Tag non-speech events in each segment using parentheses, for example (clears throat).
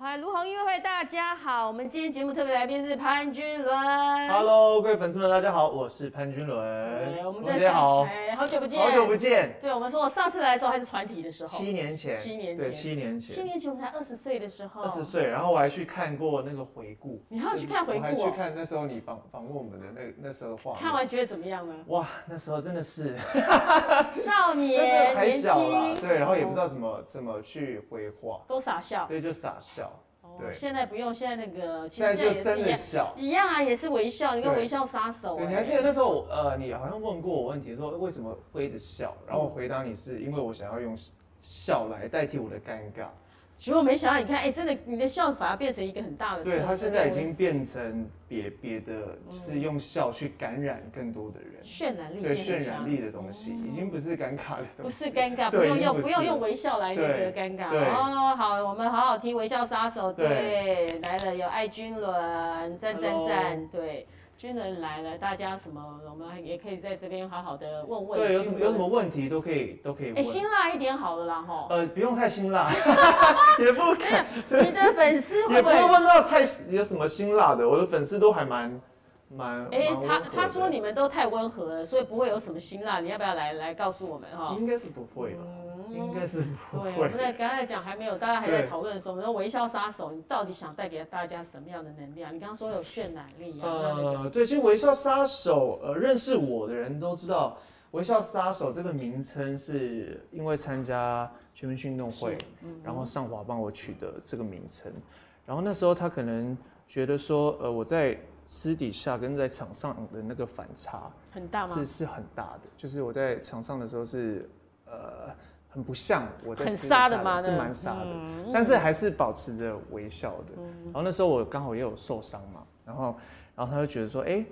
们卢红音乐会，大家好。我们今天节目特别来宾是潘君伦。 Hello，各位粉丝们，大家好，我是潘君伦。对我们大在家好，哎，好久不见，好久不。见，对，我们说我上次来的时候还是团体的时候，七年前，七年前对，七年七前，年前我们才二十岁的时候，二十。岁，然后我还去看过那个回顾，你还要去看回顾哦就是我还去看那时候你访访问我们的那那时候的画面，？看完觉得怎么样呢哇，那时候真的是，少那时候年还年轻，小啦，对，然后也不知道哦怎么怎么去规划，都傻笑。对，就傻笑，哦对，现在不用，现在那个其现在实就现在真也的是笑。一样，一样啊，也是微笑，你看对微笑杀手对，哎。你还记得那时候我呃，你好像问过我问题，说为什么会一直笑，嗯然后我回答你是因为我想要用笑来代替我的尴尬。结果没想到，你看，哎，真的，你的笑反而变成一个很大的特色。对他现在已经变成别别的，嗯就是用笑去感染更多的人，渲染力对变渲得强嗯染力的东西，已经不是尴尬的东不西，是尴尬，对不用已经用不不用是用微笑来那个对尴尬对哦。好，我们好好听《微笑杀手》对对，来了有艾君伦，赞赞 Hello 赞，对，君伦来了，大家什么我们也可以在这边好好的问问。对，有什么有什么？么问题都可以都可以哎，问，辛辣一点好了啦 (laughs) 吼，呃，不用太辛辣，也不敢，你的粉丝会 (laughs) 也不 (laughs) 不会会？问到太有什么辛辣的，我的粉丝都还蛮蛮，哎蛮，温他和他的说你们都太温和了，所以不会有什么辛辣，你要不要来来告诉我们哈？应该是不会吧，应该是不哦嗯对，我会们。在刚才讲还没有，大家还在对讨论的时候，我们说微笑杀手，你到底想带给大家什么样的能量？你刚刚说有渲染力啊，那个呃，对，其实《微笑杀手》呃，认识我的人都知道，《微笑杀手》这个名称是因为参加全民运动会是，嗯然后上华帮我取的这个名称。然后那时候他可能觉得说，呃，我在私底下跟在场上的那个反差很大吗是？是很大的，就是我在场上的时候是呃很不像我在很私底杀下的吗？嗯是蛮杀的。但是还是保持着微笑的。然后那时候我刚好也有受伤嘛，然后然后他就觉得说，哎、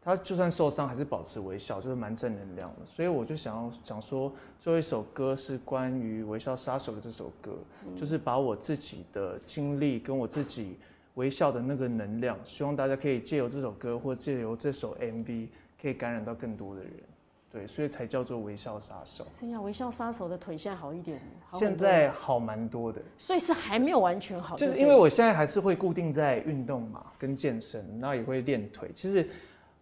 他就算受伤还是保持微笑，就是蛮正能量的。所以我就想要讲说，最后一首歌是关于《微笑杀手》的这首歌，就是把我自己的经历跟我自己微笑的那个能量，希望大家可以借由这首歌或借由这首 MV，可以感染到更多的人。对，所以才叫做微笑杀手。这样，微笑杀手的腿现在好一点了，好很现多，在好蛮多的，所以是还没有完全好，就是对不因为对我现在还是会固定在运动嘛，跟健身，然后也会练腿。其实，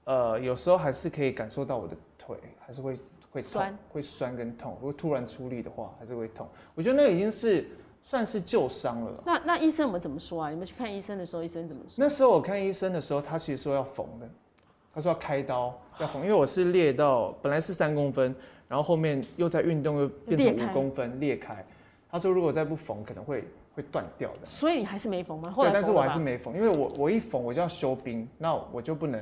呃，有时候还是可以感受到我的腿还是会会痛酸，会酸跟痛。如果突然出力的话，还是会痛。我觉得那个已经是算是旧伤了啦。那那医生我们怎么说啊？你们去看医生的时候，医生怎么说？那时候我看医生的时候，他其实说要缝的，他说要开刀要缝，因为我是裂到本来是三公分，然后后面又在运动又变裂成开五公分裂开。他说如果再不缝，可能会会断掉这样。所以你还是没缝吗？后对来，但是缝我了还吧是没缝，因为我我一缝我就要休兵，那我就不能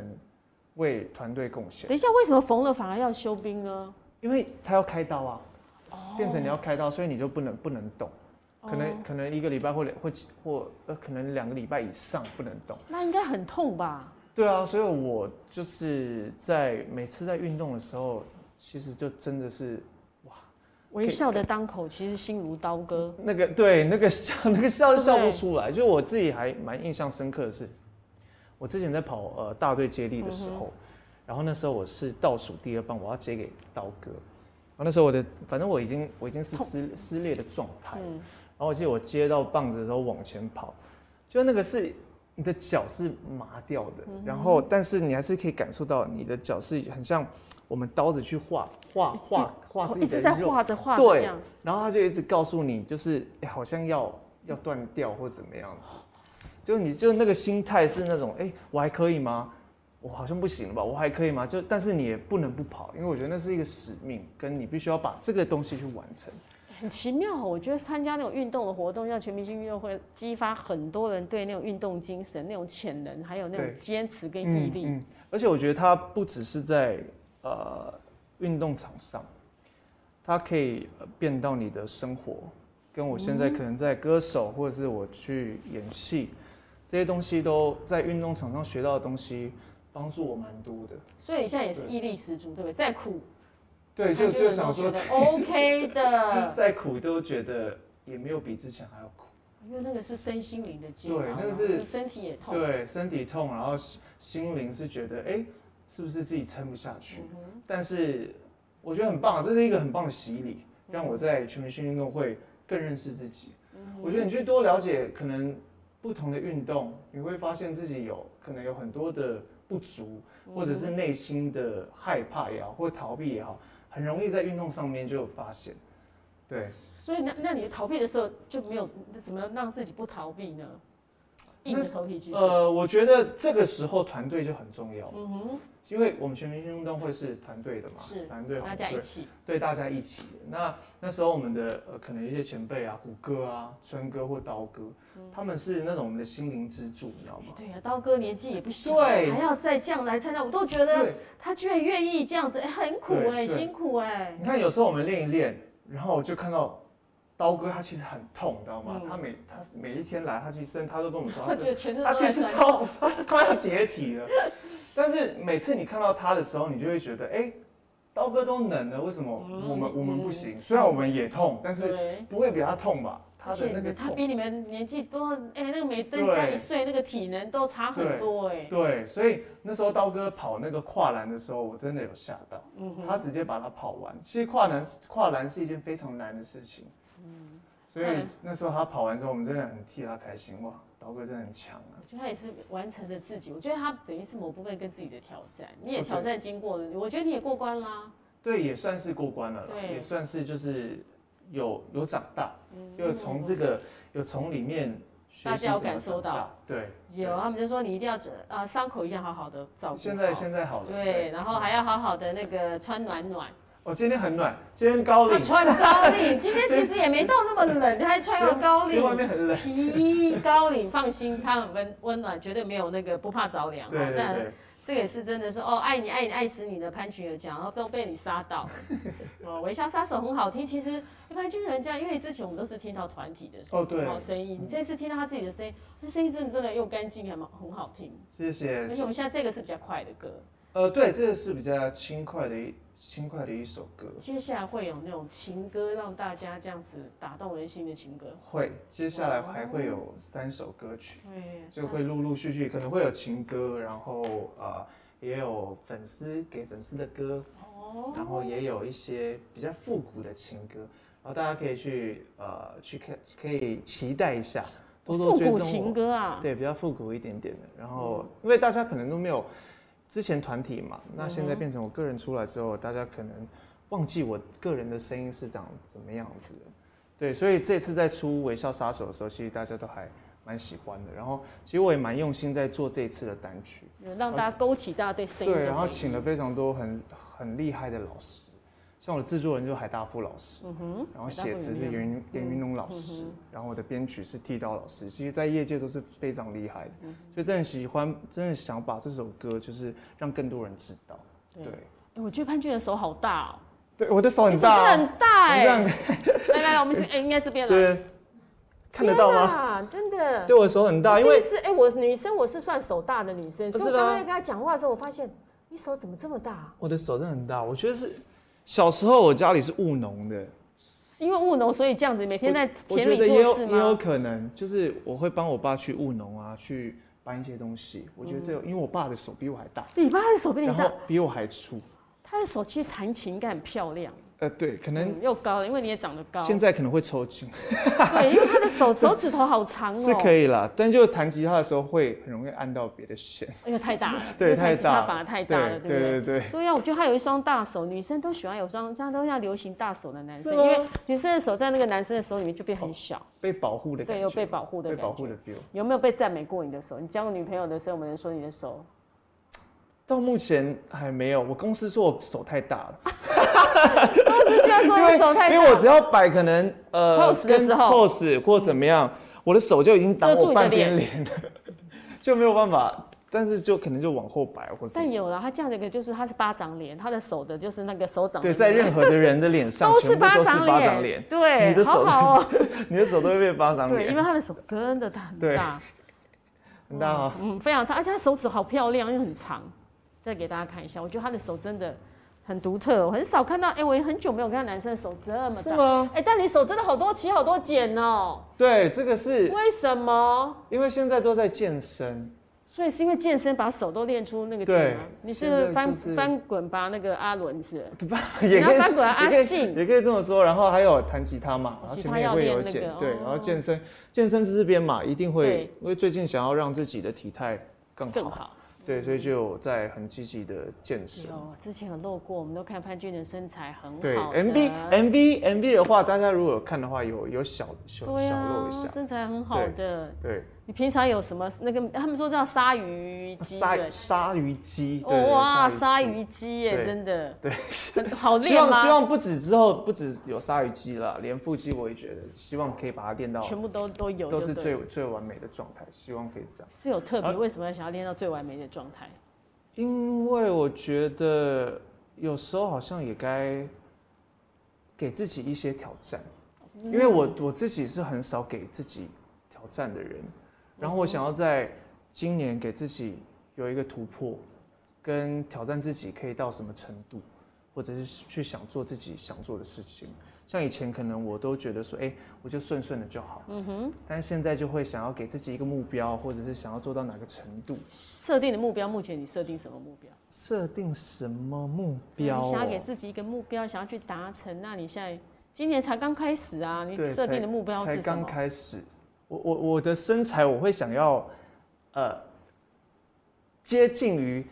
为团队贡献，等一下，为什么缝了反而要休兵呢？因为他要开刀啊，哦变成你要开刀，所以你就不能不能动，可能、可能一个礼拜或两或几或呃可能两个礼拜以上不能动。哦那应该很痛吧？对啊，所以我就是在每次在运动的时候，其实就真的是微笑的当口，其实心如刀割。那个对那个笑 (laughs) 那个笑对笑不出来，就我自己还蛮印象深刻的是，我之前在跑呃大队接力的时嗯候，然后那时候我是倒数第二棒，我要接给刀哥，然后那时候我的反正我已经我已经是撕撕裂的状态，嗯，然后我记得我接到棒子的时候往前跑，就那个是你的脚是麻掉的，嗯然后但是你还是可以感受到你的脚是很像我们刀子去划划划划我自哦一己的直在肉。画着画着这对样。，然后他就一直告诉你，就是、哎好像要要断掉或怎么样子，就你就那个心态是那种，哎、我还可以吗？我好像不行了吧？我还可以吗？就但是你也不能不跑，因为我觉得那是一个使命，跟你必须要把这个东西去完成。很奇妙哦，我觉得参加那种运动的活动，像全明星运动会，激发很多人对那种运动精神、那种潜能，还有那种对坚持跟毅力。嗯，而且我觉得它不只是在呃运动场上，它可以呃变到你的生活，跟我现在可能在歌手或者是我去演戏，这些东西都在运动场上学到的东西，帮助我蛮多的。所以你现在也是毅力十足，对不对？再苦，对，就看就人想都觉说，得 (laughs) OK 的，再苦都觉得也没有比之前还要苦。因为那个是身心灵的煎熬嘛，对那个是你身体也痛。对，身体痛，然后心心灵是觉得，哎、是不是自己撑不下去？但是我觉得很棒，这是一个很棒的洗礼，嗯让我在全明星运动会更认识自己。我觉得你去多了解可能不同的运动，你会发现自己有可能有很多的不足，嗯或者是内心的害怕也好，或逃避也好，很容易在运动上面就有发现。对，所以那那你逃避的时候就没有怎么让自己不逃避呢？硬那着是头皮去做。呃，我觉得这个时候团队就很重要，嗯哼，因为我们全明星运动会是团队的嘛，是团队大红家队一，起，对大家一起。那那时候我们的呃，可能一些前辈啊，谷歌啊、春哥或刀哥，嗯他们是那种我们的心灵支柱，你知道吗哎？对呀、刀哥年纪也不小，对还要再这样来参加，我都觉得对，他居然愿意这样子，哎，很苦对哎、对辛苦哎、你看有时候我们练一练，然后我就看到刀哥他其实很痛，你知道吗？嗯他每他每一天来，他其实身他都跟我们说我他觉 (laughs) 是得全身都他其在实酸超痛。，他是快要解体了。但是每次你看到他的时候，你就会觉得，哎、刀哥都能了，为什么嗯我们、我们嗯不行？虽然我们也痛，但是对，不会比他痛吧？而他的且那个他痛，比你们年纪多，哎、那个每增对加一岁，那个体能都差很多哎、对，所以那时候刀哥跑那个跨栏的时候，我真的有吓到，嗯哼，他直接把它跑完。其实跨栏跨栏是一件非常难的事情，所以嗯那时候他跑完之后，我们真的很替他开心哇，刀哥真的很强啊。我觉得他也是完成了自己，我觉得他等于是某部分跟自己的挑战，你也哦对挑战经过了，我觉得你也过关啦。对，也算是过关了啦，对也算是就是有有长大，嗯有从这个有从里面学大习家有怎么感受长大到，对，有，他们就说你一定要啊，伤口一定要好好的照顾好。现在现在好了，对，然后还要好好的那个穿暖暖。哦，今天很暖，今天高他 (laughs) 领，穿高领，今天其实也没到那么冷，他还穿了高今天外领。面很冷， (laughs) 皮高领，放心，它很温温暖，绝对没有那个不怕着凉。对哦那 (laughs) 对对，这个也是真的是哦，爱你爱你爱死你的潘群友讲，然后都被你杀到。哦，微笑杀手很好听，其实潘群人家，因为之前我们都是听到团体的哦对好声音，你这次听到他自己的声音，那声音真的真的又干净，还蛮很好听。谢而谢，且我们现在这个是比较快的歌，呃，对，这个是比较轻快的一轻快的一首歌，接下来会有那种情歌让大家这样子打动人心的情歌。会，接下来还会有三首歌曲，对，就会陆陆续续可能会有情歌，然后呃也有粉丝给粉丝的歌，哦，然后也有一些比较复古的情歌，然后大家可以去呃去看，可以期待一下，多多复追古踪情我。歌啊，嗯对，比较复古一点点的。然后，因为大家可能都没有之前团体嘛，那现在变成我个人出来之后，大家可能忘记我个人的声音是长怎么样子的。对，所以这次在出《微笑杀手》的时候，其实大家都还蛮喜欢的。然后，其实我也蛮用心在做这一次的单曲。有让大家勾起大家对声音的对，然后回忆请了非常多很很厉害的老师，像我的制作人就是海大富老师，嗯哼，然后写词是严云严云龙老嗯师，然后我的编曲是剃刀老师，其实在业界都是非常厉害的，嗯所以真的喜欢，真的想把这首歌就是让更多人知道。对对，哎我觉得潘俊的手好大哦，对，我的手很你手真大、的哦，很大你哎这、样来来来，我们先哎、应该这边来，对，看得到吗？吗？真的。对，我的手很大，因我为第一次哎，我女生我是算手大的女生，不所是以我刚吗刚在跟她讲话的时候，我发现你手怎么这么大啊？我的手真的很大，我觉得是小时候我家里是务农的。是因为务农，所以这样子每天在我田觉里得做也有事也有吗？可能，就是我会帮我爸去务农啊，去搬一些东西。我觉得这有，因为我爸的手比我还大，你爸的手嗯比你然大后，比我还粗。他的手其实弹琴应该很漂亮，呃，对，可能嗯，又高了，因为你也长得高，现在可能会抽筋，对，因为他的手手指头好长哦， (laughs) 是可以啦，但就弹吉他的时候会很容易按到别 (laughs) 的弦。因哎为太大了，因 (laughs) 对，为弹太吉他大，反而太大了，对不对？对对对，对呀、我觉得他有一双大手，女生都喜欢有双，现在都要流行大手的男生，是因吗哦为女生的手在那个男生的手里面就变很小。被保护的感对，觉，有被保护的被感保觉护。的 feel。有没有被赞美过你的手？你交过女朋友的时候，有没有人说你的手？ (laughs) 到目前还没有，我公司说我手太大了，都是这样说因你 (laughs) 手太为大，因为我只要摆可能呃 pose 的时候跟，pose 或怎么样，我的手就已经挡遮住你的我半边脸了， (laughs) 就没有办法。但是就可能就往后摆或是但有了他这样的一个，就是他是巴掌脸，他的手的就是那个手掌的那个。对，在任何的人的脸上都是全部都是巴掌掌脸，对，你的好手好哦。你的手都会被巴掌对，因脸为，他的手真的很对大，很大哦。嗯，非常大，而且他手指好漂亮，又很长。再给大家看一下，我觉得他的手真的很独特，我很少看到，哎、我也很久没有看到男生的手这么是大。吗？哎、但你手真的好多起好多茧哦，对，这个是为什么？因为现在都在健身， (laughs) 所以是因为健身把手都练出那个劲对吗？你现在是翻、就是翻滚吧那个阿伦是不是，然也可以后翻滚吧阿也可以信，也可以这么说。然后还有弹吉他嘛，然后吉前他面也要会有练那减，个对，然后哦健身健身这边嘛，一对定会，因为最近想要让自己的体态更更好，好。对，所以就有在很积极的健身。有哦之前有露过，我们都看潘俊的身材很好对哎的，MV MV MV 的话，大家如果有看的话，有有小小小对露啊一，下，身材很好对的。对，你平常有什么那个？他们说叫鲨鱼鸡，鲨是不是鲨鱼肌，对，哦哇，鲨肌鱼鸡耶，对真的对，很好希哦练望吗？希望不止之后不止有鲨鱼肌了，连腹肌我也觉得，希望可以把它练到全部都都有，都就是对最了最完美的状态，希望可以这样。是有特别而为什么要想要练到最完美的状态？因为我觉得有时候好像也该给自己一些挑战，因为我我自己是很少给自己挑战的人，然后我想要在今年给自己有一个突破，跟挑战自己可以到什么程度，或者是去想做自己想做的事情。像以前可能我都觉得说，哎、我就顺顺的就好，嗯哼，但是现在就会想要给自己一个目标，或者是想要做到哪个程度。设定的目标，目前你设定什么目标？设定什么目标、你哦？想要给自己一个目标，想要去达成，那你现在今年才刚开始啊，你对设定才的目标才是什刚么？哦开始。我我我的身材我会想要，呃，接近于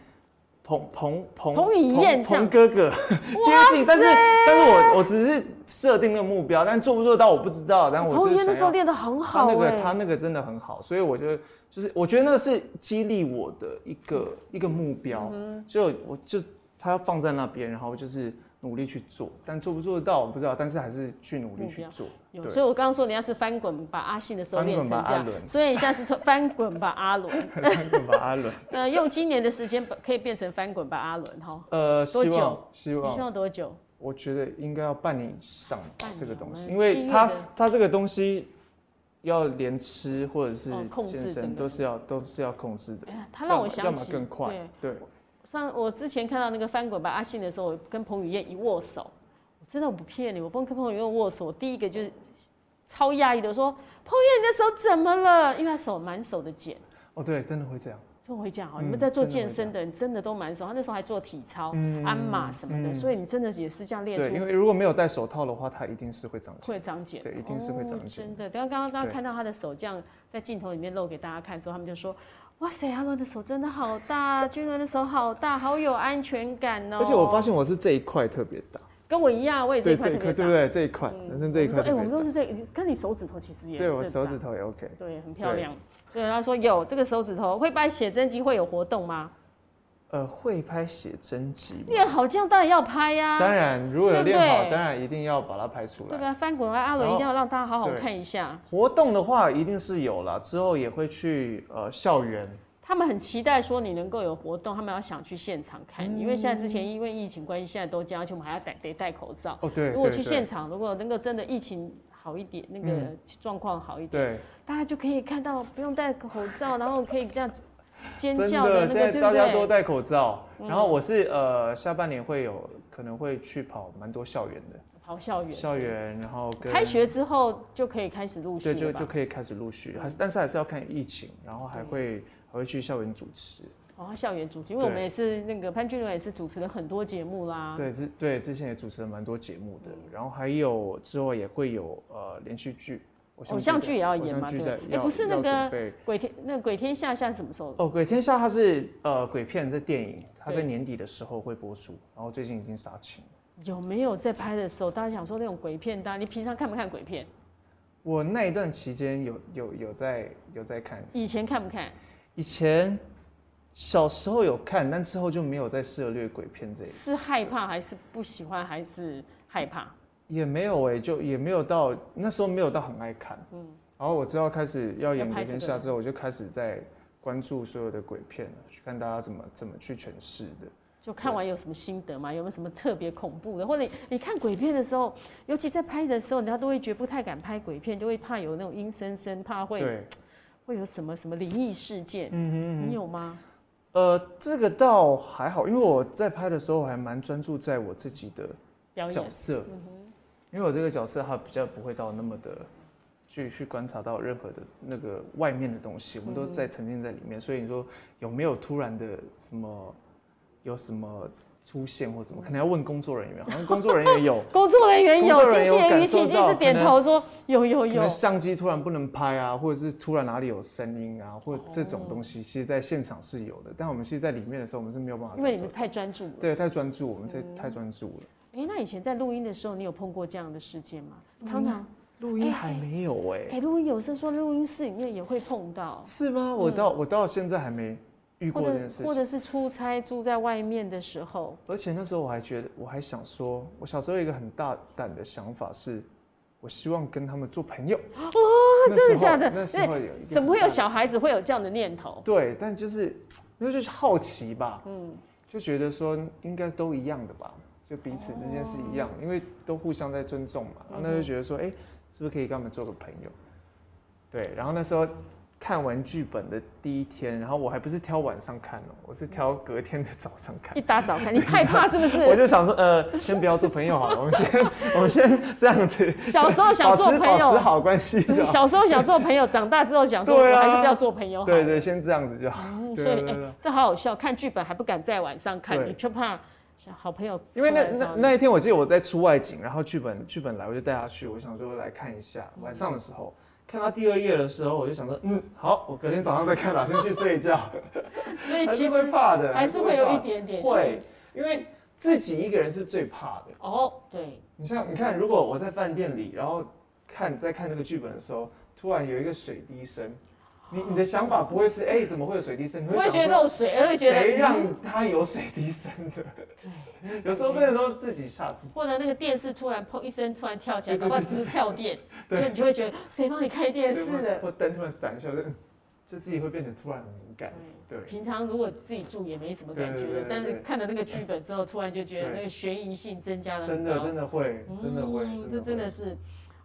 彭彭彭彭于晏这样彭哥哥 (laughs) 接近，但是但是我我只是设定了目标，但做不做到我不知道，但我彭于就晏是那想时候要。练得很他好那哎、欸个他那个真的很好，所以我就就是我觉得那个是激励我的一个一个目标，嗯所以我就他放在那边，然后就是努力去做，但做不做得到我不知道，但是还是去努力目去标做。 (laughs) 有，对所以我刚刚说人家是翻滚把阿信的时候翻练滚成这吧阿样，伦所以你现在是从翻滚吧阿伦，翻滚吧，阿伦。呃，用今年的时间把可以变成翻滚吧阿伦哈。呃，多希望久希你需望，要多久？我觉得应该要半年以上吧半年这个东我西，们因七为月它的它这个东西要连吃或者是哦控制健整身个都是要都是要控制的哎。呀，他让我要么要想么起，更快对，对，上我之前看到那个翻滚吧阿信的时候，我跟彭于晏一握手，我真的我不骗你，我跟彭于晏握手，我第一个就是超讶异的说：“彭于晏，你的手怎么了？”因为他手满手的茧。哦对，真的会这样。所以我会讲哦，嗯你们在做健身的，你真的都蛮熟。他那时候还做体操、嗯鞍马什么的，嗯所以你真的也是这样练对，因出为如果没有戴手套的话，它一定是会长茧。会长茧。对一定是会长哦茧真的，刚刚刚刚对看到他的手这样在镜头里面露给大家看之后，他们就说：“哇塞，阿伦的手真的好大， (laughs) 军伦的手好大，好有安全感哦。”而且我发现我是这一块特别大，跟我一样，我也这一对块这特一别块，对大不。对？这一块，嗯男生这一块我们都哎、特我别们都大。是这，你看你手指头其实也对我是手大指，头也 OK。对，很漂亮。所以他说有这个手指头会拍写真集会有活动吗？呃，会拍写真集吗，练好这样当然要拍呀、当然如果有对练不好，对当然一定要把它拍出对来。吧？翻滚啊，阿伦然后一定要让大家好好对看一下。活动的话一定是有了，之后也会去呃校园，他们很期待说你能够有活动，他们要想去现场看嗯你，因为现在之前因为疫情关系，现在都这样，而且我们还要戴得戴口罩。哦对，如果对去对现场，如果能够真的疫情好一点，那个嗯状况好一点，对，大家就可以看到不用戴口罩，然后可以这样尖真叫那的现个，在对大家都不对？嗯戴口罩，然后我是呃下半年会有可能会去跑蛮多校园的，跑校园，校园，然后跟开学之后就可以开始陆续对，了就吧嗯就可以开始陆续，还是但是还是要看疫情，然后还会还会去校园主持。哦，校园主持，因为我们也是那个潘俊伦也是主持了很多节目啦。对，之对之前也主持了蛮多节目嗯的，然后还有之后也会有呃连续剧，偶像剧也要演嘛嘛，偶像剧对在不对哎要不是那个要准备鬼天那个鬼天下下是什么时候？哦，《鬼天下》它是呃鬼片这电影，它在对年底的时候会播出，然后最近已经杀青了。有没有在拍的时候，大家想说那种鬼片，大家你平常看不看鬼片？我那一段期间有有有在有在看，以前看不看？以前小时候有看，但之后就没有再涉猎鬼片这一是害怕还是不喜欢还是害怕？也没有哎、就也没有到那时候没有到很爱看，嗯，然后我知道开始要演要拍鬼这天个下之后，我就开始在关注所有的鬼片了，去看大家怎么怎么去诠释的。就看完有什么心得吗？有没有什么特别恐怖的？或者你你看鬼片的时候，尤其在拍的时候，人家都会觉得不太敢拍鬼片，就会怕有那种阴森森，怕会对，会有什么什么灵异事件。嗯你有吗？呃，这个倒还好，因为我在拍的时候还蛮专注在我自己的表角演。色，因为我这个角色他比较不会到那么的去去观察到任何的那个外面的东西，我们都在沉浸在里面。所以你说有没有突然的什么，有什么出现或什么，可能要问工作人员，好像工作人员有 (laughs) 工作人员有，工经作人员纪有人感于受琦就到一直可点能头说有有可哦有能，相机突然不能拍啊，或者是突然哪里有声音啊，或者这种东西，其实在现场是有的。但我们其实在里面的时候，我们是没有办法因为感你受们。太专注了。对，太专注，我们太太专注了。哎、那以前在录音的时候，你有碰过这样的事件吗？常常，录哎音还没有哎、哎、录音有时候说录音室里面也会碰到，是吗？我到、我到现在还没哦遇嗯或过这件者事或情。者是出差住在外面的时候，而且那时候我还觉得，我还想说，我小时候有一个很大胆的想法是，我希望跟他们做朋友。哇、那哦真时的候假的？那时候有一个怎么会有很大小孩子会有这样的念头？对，但就是那就是好奇吧，嗯，就觉得说应该都一样的吧，就彼此之间是一哦样，因为都互相在尊重嘛。然后那嗯就觉得说，哎、是不是可以跟他们做个朋友？对，然后那时候看完剧本的第一天，然后我还不是挑晚上看哦，我是挑隔天的早上看一。大早看，你害怕是不我 (laughs) 是？就想说，呃，先不要做朋友好了，我们先我们先这样子，小时候想做朋保持保持友，好关系就好。小时候想做朋友，长大之后想说，对我啊还是不要做朋友好了。对对，先这样子就好。嗯对所以对哎、对这好好笑，看剧本还不敢在晚上看，对你就怕小好朋友因为那过来那找你那一天，我记得我在出外景，然后剧本剧本来，我就带他去，我想说来看一下。晚上的时候看到第二页的时候，我就想说，嗯，好，我隔天早上再看啦，先去睡觉。 (laughs) 所以还其是实会怕的，还是会有怕一点点会，因为自己一个人是最怕的。哦，对，你像，你看，如果我在饭店里，然后看在看那个剧本的时候，突然有一个水滴声，你你的想法不会是，哎、怎么会有水滴声？你不会想觉得说漏水，而会觉得谁嗯让他有水滴声的？有时候那时候自己吓自己。或者那个电视突然砰一声突然跳起来，搞对对不好只是跳电，所对以你就会觉得谁帮你开电视对的？或或灯突然闪一下，就嗯就自己会变得突然很敏感。对，平常如果自己住也没什么感觉对对的对，但是对看了那个剧本之后，突然就觉得对那个悬疑性增加了很真高，的真的会，真的会，嗯这真会的是，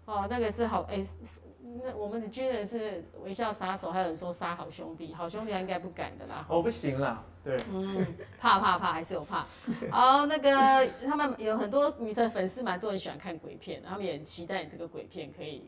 哦，那个是好哎。是是那我们的军人是微笑杀手，还有人说杀好兄弟，好兄弟他应该不敢的啦。哦不行啦，对，嗯，怕怕怕，还是有 (laughs) 怕。好，那个他们有很多你的粉丝，蛮多人喜欢看鬼片，他们也很期待你这个鬼片可以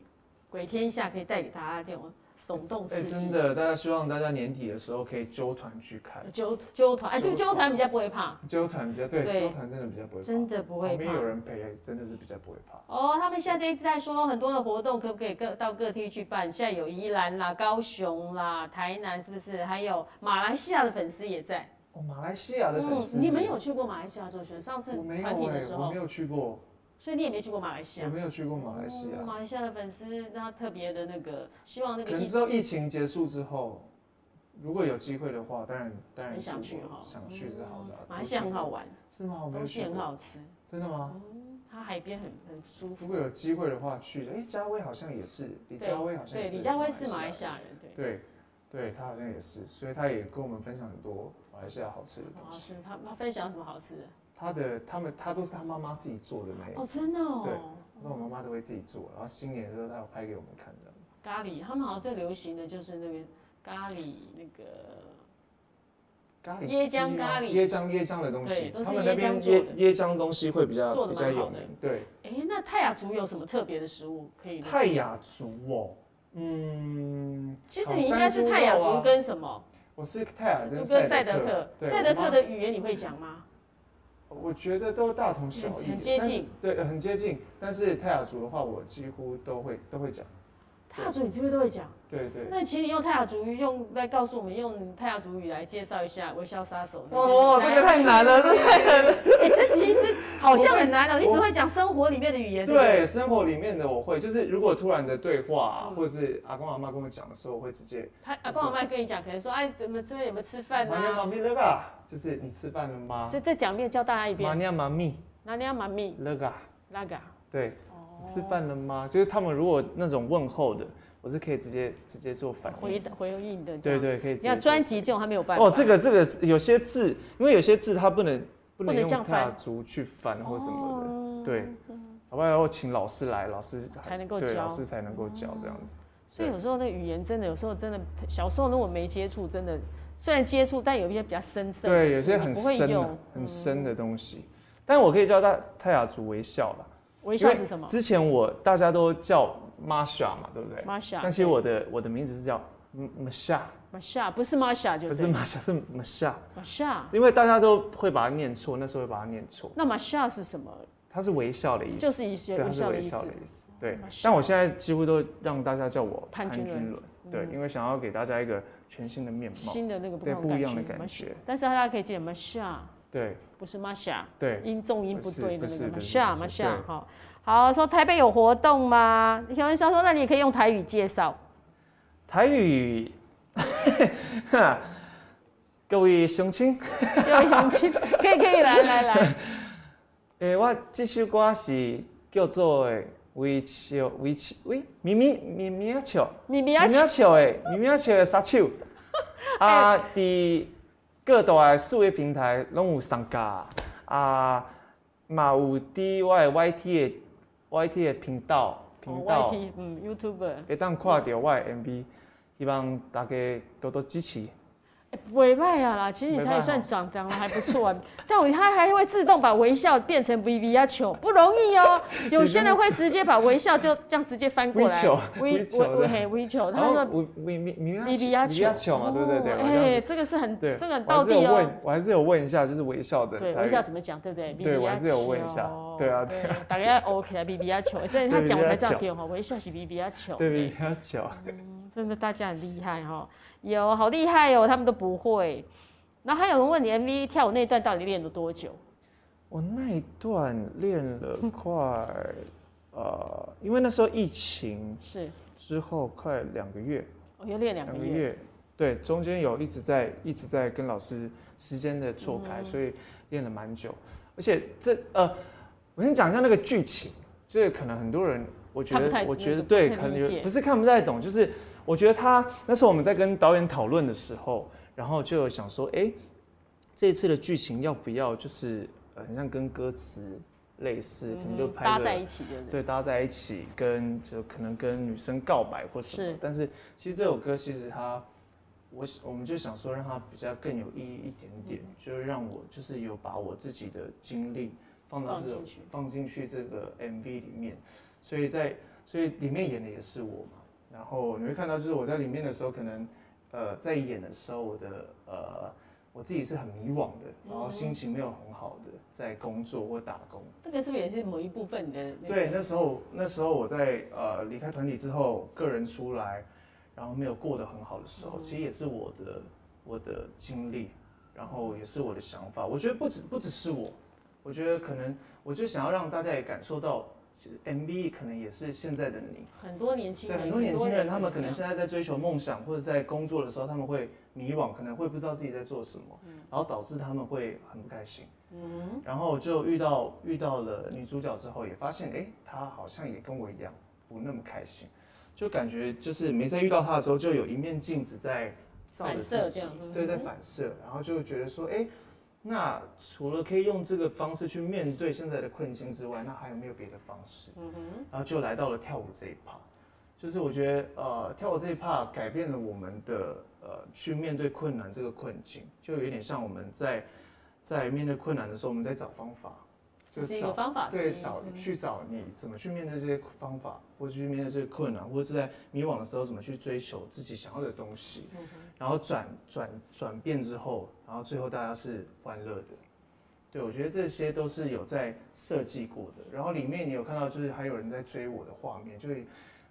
鬼天下可以带给大家这种耸动哎刺激。真的，大家希望大家年底的时候可以揪团去看，纠纠团，哎，就纠纠团比较不会怕，揪团比较对，对揪团真的比较不会怕，真的不会旁边有怕。人陪，真的是比较不会怕。哦，他们现在一直在说很多的活动可不可以各到各地去办？现在有宜兰啦、高雄啦、台南，是不是？还有马来西亚的粉丝也在。哦，马来西亚的粉丝，嗯你们有去过马来西亚做学生？上次我没有团体的哎，时我候啊没，有去过，所以你也没去过马来西亚我。没有去过马来西嗯亚，马来西亚的粉丝，那特别的那个，希望那可个能疫之后疫情结束之后。如果有机会的话，当然当然很想去去哈，想去是好的啊嗯。马来西亚很好玩，是吗？我没有东去西很过，好吃，真的吗？嗯，它海边很很舒服。如果有机会的话去，哎，嘉威好像也是，李对嘉威好像也对，是，李佳薇是马来西亚人，对。对，对他好像也是，所以他也跟我们分享很多马来西亚好吃的很东好西。吃，他他分享什么好吃的？他的他们他都是他妈妈自己做的那一种，哦，真的哎对哦，那我妈妈都会自己做，然后新年的时候她有拍给我们看的。咖喱，他们好像最流行的就是那个咖喱那个，咖喱椰浆鸡吗咖喱椰浆椰浆的东对西都，是他们那椰浆边做椰的椰浆东西会比较做得比蛮较好有的名。对，哎，那泰雅族有什么特别的食物可以？泰雅族哦，嗯，其实烤你应山该是猪泰雅肉啊族跟什么？我是泰雅族跟跟赛德克克，，对赛我德妈克的语言你会讲吗？我觉得都大同小异，嗯很接近但是，对，很接近。但是泰雅族的话，我几乎都会都会讲，泰雅族你这边都会讲。对对。那请你用泰雅族语用来告诉我们，用泰雅族语来介绍一下《微笑杀手》。哦，这个太难了，这太难了。哎、这其实好像很难哦，我你只会讲生活里面的语言。不对，生活里面的我会，就是如果突然的对话，或是阿公阿妈跟我讲的时候，我会直接他阿公阿妈跟你讲，可能说，哎，怎么这边有没有吃饭妈呀妈啊？咪了吧，就是你吃饭了吗？这这讲面教大家一妈遍。呀妈咪哪里要妈咪了吧，那个？啊对，你吃饭了吗？就是他们如果那种问候的，我是可以直接直接做反回应。答回应的。嗯对。对，可以直你接做。看专辑这种他没有办法。哦，这个这个有些字，因为有些字它不能不不能能用这样翻踏足去翻或什么的，哦对，好不好？要请老师来，老师才能够对，教老师才能够教这样子。所以有时候那语言真的，有时候真的，小时候如果没接触，真的虽然接触，但有一些比较深嗯深的字。对，有些你很不会深的、用。嗯很深的东西，但我可以叫大泰雅族微笑啦。微笑是什么？之前我大家都叫 Masha 嘛，对不对 Masha，但其实我的我的名字是叫 Masha， Masha 不是 Masha 就对不是 Masha，是 Masha， Masha，因为大家都会把它念错，那时候会把它念错。那 Masha 是什么？它是微笑的意思，就是一些对，它微是笑的微意笑思的。意思。对笑，但我现在几乎都让大家叫我潘君伦嗯伦，对，因为想要给大家一个全新的面貌。新的那个不对同不一样觉的感觉 Masha 但是大家可以记得 Masha，对不是 Masha，对，音重音不对的不那是个不是 Masha 不是 Masha 好。好，说台北有活动吗？有人说说，那你也可以用台语介 (laughs) 绍。台语，哈各位乡亲，有勇气，可以可以，来来来，诶、我这首歌是叫做《微笑微笑喂咪咪咪咪啊笑》。你比咪较咪仔笑的，咪咪仔笑的 (laughs) 杀手，啊，哎伫各大的数位平台拢有上架，啊，嘛有伫我的 YT 的 YT 的频道频道， YT 嗯 YouTuber，会当看到我的 MV，希望大家多多支持。哎委外啊啦，其实你袂歹他也算吼长长得还不错啊，但我他还会自动把微笑变成 V V 呀球，不容易 (laughs) 哦。有些人会直接把微笑就这样直接翻过来微球微微球哦的微嘿微球，哦然他后说我咪咪咪咪咪咪呀仔咪球咪笑啊嘛，对对对，哦我这样哎，子这个是很对，这个很我还到是有地哦问。，我还是有问一下，就是微笑的对，台微语笑怎么讲，对不对？对我还是有问一下对啊对啊，大概 OK 啦，比比呀 (laughs) 球，但是他对啊讲我才知道咪咪呀球对哦，微笑是比比呀球，对咪咪仔笑，嗯真的大家很厉害哈、有好厉害哦，他们都不会。然后还有人问你 MV 跳舞那一段到底练了多久？我那一段练了快，呃，因为那时候疫情是，之后快两个月，我、哦、又练两个月，对，中间有一直在一直在跟老师时间的错开，嗯所以练了蛮久。而且这呃，我先讲一下那个剧情，就是可能很多人，我觉看不太得我觉那得个对，不太可能理解有不是看不太懂，就是我觉得他那时候我们在跟导演讨论的时候，然后就有想说，哎、这一次的剧情要不要就是呃，很像跟歌词类似，可能就嗯拍搭个在一起，对不对？对，搭在一起跟就可能跟女生告白或什么。是但是其实这首歌其实它，我我们就想说让它比较更有意义一点点，嗯就是让我就是有把我自己的经历放到放这个进去放进去这个 MV 里面，所以在所以里面演的也是我嘛。然后你会看到就是我在里面的时候，可能呃在演的时候我的呃。我自己是很迷惘的，然后嗯心情没有很好的，在工作或打工。这个是不是也是某一部分你的、那个对，那时候那时候我在呃离开团体之后，个人出来，然后没有过得很好的时候，其实也是我的我的经历，然后也是我的想法。我觉得不只不只是我，我觉得可能我就想要让大家也感受到，其实 MV 可能也是现在的你。很多年轻对人，很多年轻人，他们可能是现在在追求梦想或者在工作的时候，他们会迷惘，可能会不知道自己在做什么，嗯然后导致他们会很不开心。嗯，然后就遇到遇到了女主角之后，也发现哎，诶她好像也跟我一样不那么开心，就感觉就是每次遇到她的时候，就有一面镜子在照着反射自这己样，嗯对，在反射，然后就觉得说，哎，那除了可以用这个方式去面对现在的困境之外，那还有没有别的方式？嗯然后就来到了跳舞这一趴，就是我觉得呃，跳舞这一趴改变了我们的呃去面对困难这个困境，就有点像我们在在面对困难的时候，我们在找方法，这是一个方法嗯之对，一找去找你怎么去面对这些方法，或者去面对这些困难，或者是在迷惘的时候怎么去追求自己想要的东西，嗯然后转转转变之后，然后最后大家是欢乐的。对，我觉得这些都是有在设计过的。然后里面你有看到，就是还有人在追我的画面，就是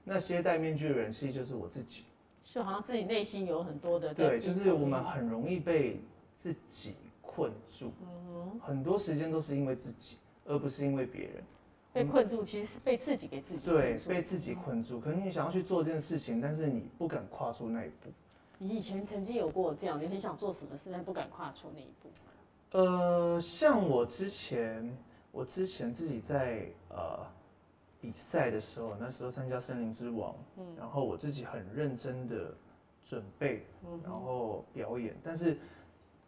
那些戴面具的人，其实就是我自己。就好像自己内心有很多的对，就是我们很容易被自己困住，嗯很多时间都是因为自己，而不是因为别人。被困住，其实是被自己给自己嗯对困，住被自己困住。可能你想要去做这件事情，但是你不敢跨出那一步。你以前曾经有过这样，你很想做什么事，但不敢跨出那一步。呃，像我之前，我之前自己在呃比赛的时候，那时候参加森林之王，嗯然后我自己很认真的准备，嗯然后表演，但是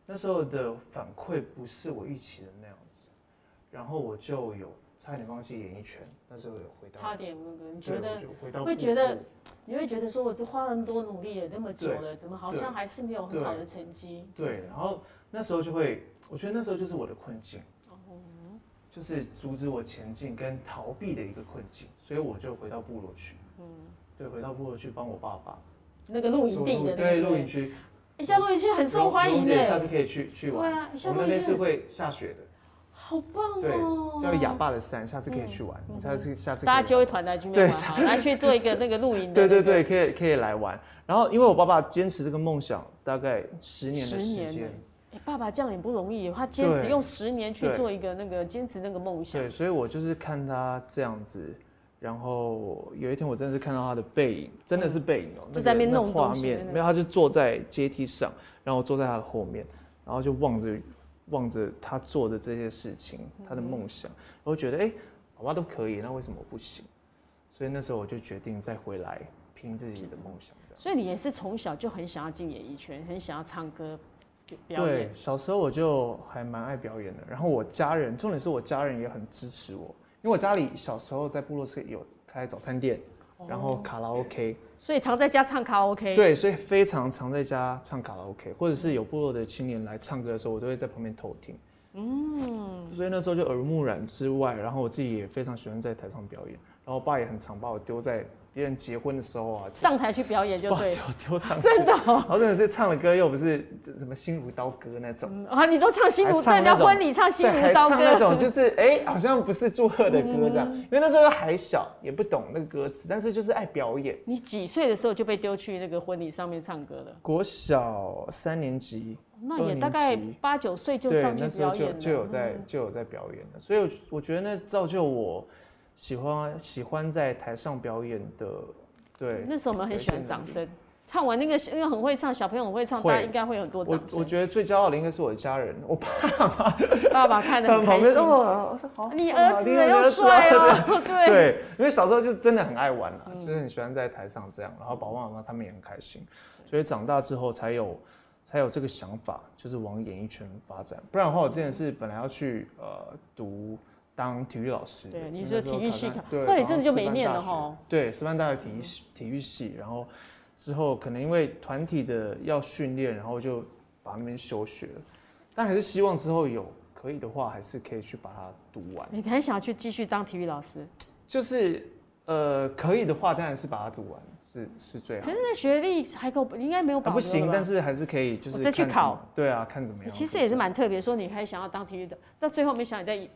那时候的反馈不是我预期的那样子，然后我就有差点放弃演艺圈，但是我有回到，差点那个，你对觉得我就回到会幕觉得后你会觉得说，我这花那么多努力了，那么久了，怎么好对像还是没有很对好的成绩？对，然后那时候就会，我觉得那时候就是我的困境，哦就是阻止我前进跟逃避的一个困境，所以我就回到部落去。嗯对，回到部落去帮我爸爸。那个露营地的那个哎对不露营区，一下露营区很受欢迎蓉姐下次的，可以去去玩。对啊一下我们那露营边区是很会下雪的，好棒对哦，！嗯叫哑巴的山，下次可以去玩。下次下次可以大家玩揪一团来去那边对玩，好， (laughs) 来去做一个那个露营的，对对，对，可以可以来玩。然后因为我爸爸坚持这个梦想，大概十年十的时年间呢，。哎爸爸这样也不容易，他坚持对用十年去对做一个那个坚持那个梦想对，，所以我就是看他这样子，然后有一天我真的是看到他的背影，真的是背影哦、嗯就在那边个弄画东西的面那，个没有，他就坐在阶梯上，然后我坐在他的后面，然后就望着望着他做的这些事情，他的梦想，嗯我就觉得哎，好吧都可以，那为什么我不行？所以那时候我就决定再回来拼自己的梦想，这样。所以你也是从小就很想要进演艺圈，很想要唱歌表对演，，小时候我就还蛮爱表演的，然后我家人，重点是我家人也很支持我，因为我家里小时候在部落是有开早餐店，哦然后卡拉 OK，、所以常在家唱卡拉 OK。对，所以非常常在家唱卡拉 OK，或者是有部落的青年来唱歌的时候，我都会在旁边偷听，嗯，所以那时候就耳濡目染之外，然后我自己也非常喜欢在台上表演，然后我爸也很常把我丢在别人结婚的时候啊，上台去表演就把我 (laughs) 对丢了，丢 (laughs) 上去，真的哦然后真的是唱的歌又不是就什么心如刀割那种。嗯啊！你都唱心如，还唱在人家那种婚礼唱心对，还如刀唱那种割，嗯就是哎、好像不是祝贺的歌这样，因为那时候还小，也不懂那个歌词，但是就是爱表演。你几岁的时候就被丢去那个婚礼上面唱歌了？国小三年级，那二也年大概级八九岁就对，上去那时候表就演就有了。嗯在就有在表演了，所以我我觉得那造就我喜欢喜欢在台上表演的，对，那时候我们很喜有欢一些能掌力声，唱完那个因为很会唱，小朋友很会唱，会大家应该会很多我掌我声。觉得最骄傲的应该是我的家人，我爸爸爸看得 (laughs) 他很开们旁边心说，。哇哦我说好你好儿子 (laughs) 你儿又子啊帅对哦， (laughs) 对，嗯对，因为小时候就是真的很爱玩啦、就是很喜欢在台上这样，然后爸爸妈妈他们也很开心，所以长大之后才有才有这个想法，就是往演艺圈发展。不然的话，我之前是本来要去呃读当体育老师的，对你因为说那时候体育考系上考对，那你考真的上就师没范念大了学吼。对，师范大学体育系体育系，然后之后可能因为团体的要训练，然后就把那边休学了，但还是希望之后有可以的话，还是可以去把它读完。你还想去继续当体育老师？就是呃，可以的话，当然是把它读完，是是最好可。是那学历还够，应该没有啊、保留不行，但是是还是可以，就是我再去看怎么考。对啊，看怎么样。其实也是蛮特别，说你还想要当体育的，到最后没想到你在演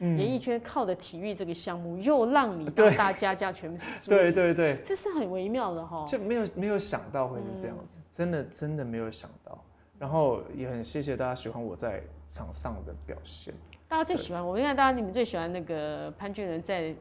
嗯演艺圈靠的体育这个项目，又让你对让大家家全部注对意，对对，这是很微妙的哈。就没有没有想到会是这样嗯子，真的真的没有想到。然后也很谢谢大家喜欢我在场上的表现。大家最喜欢，我问一下大家，你们最喜欢那个潘俊仁在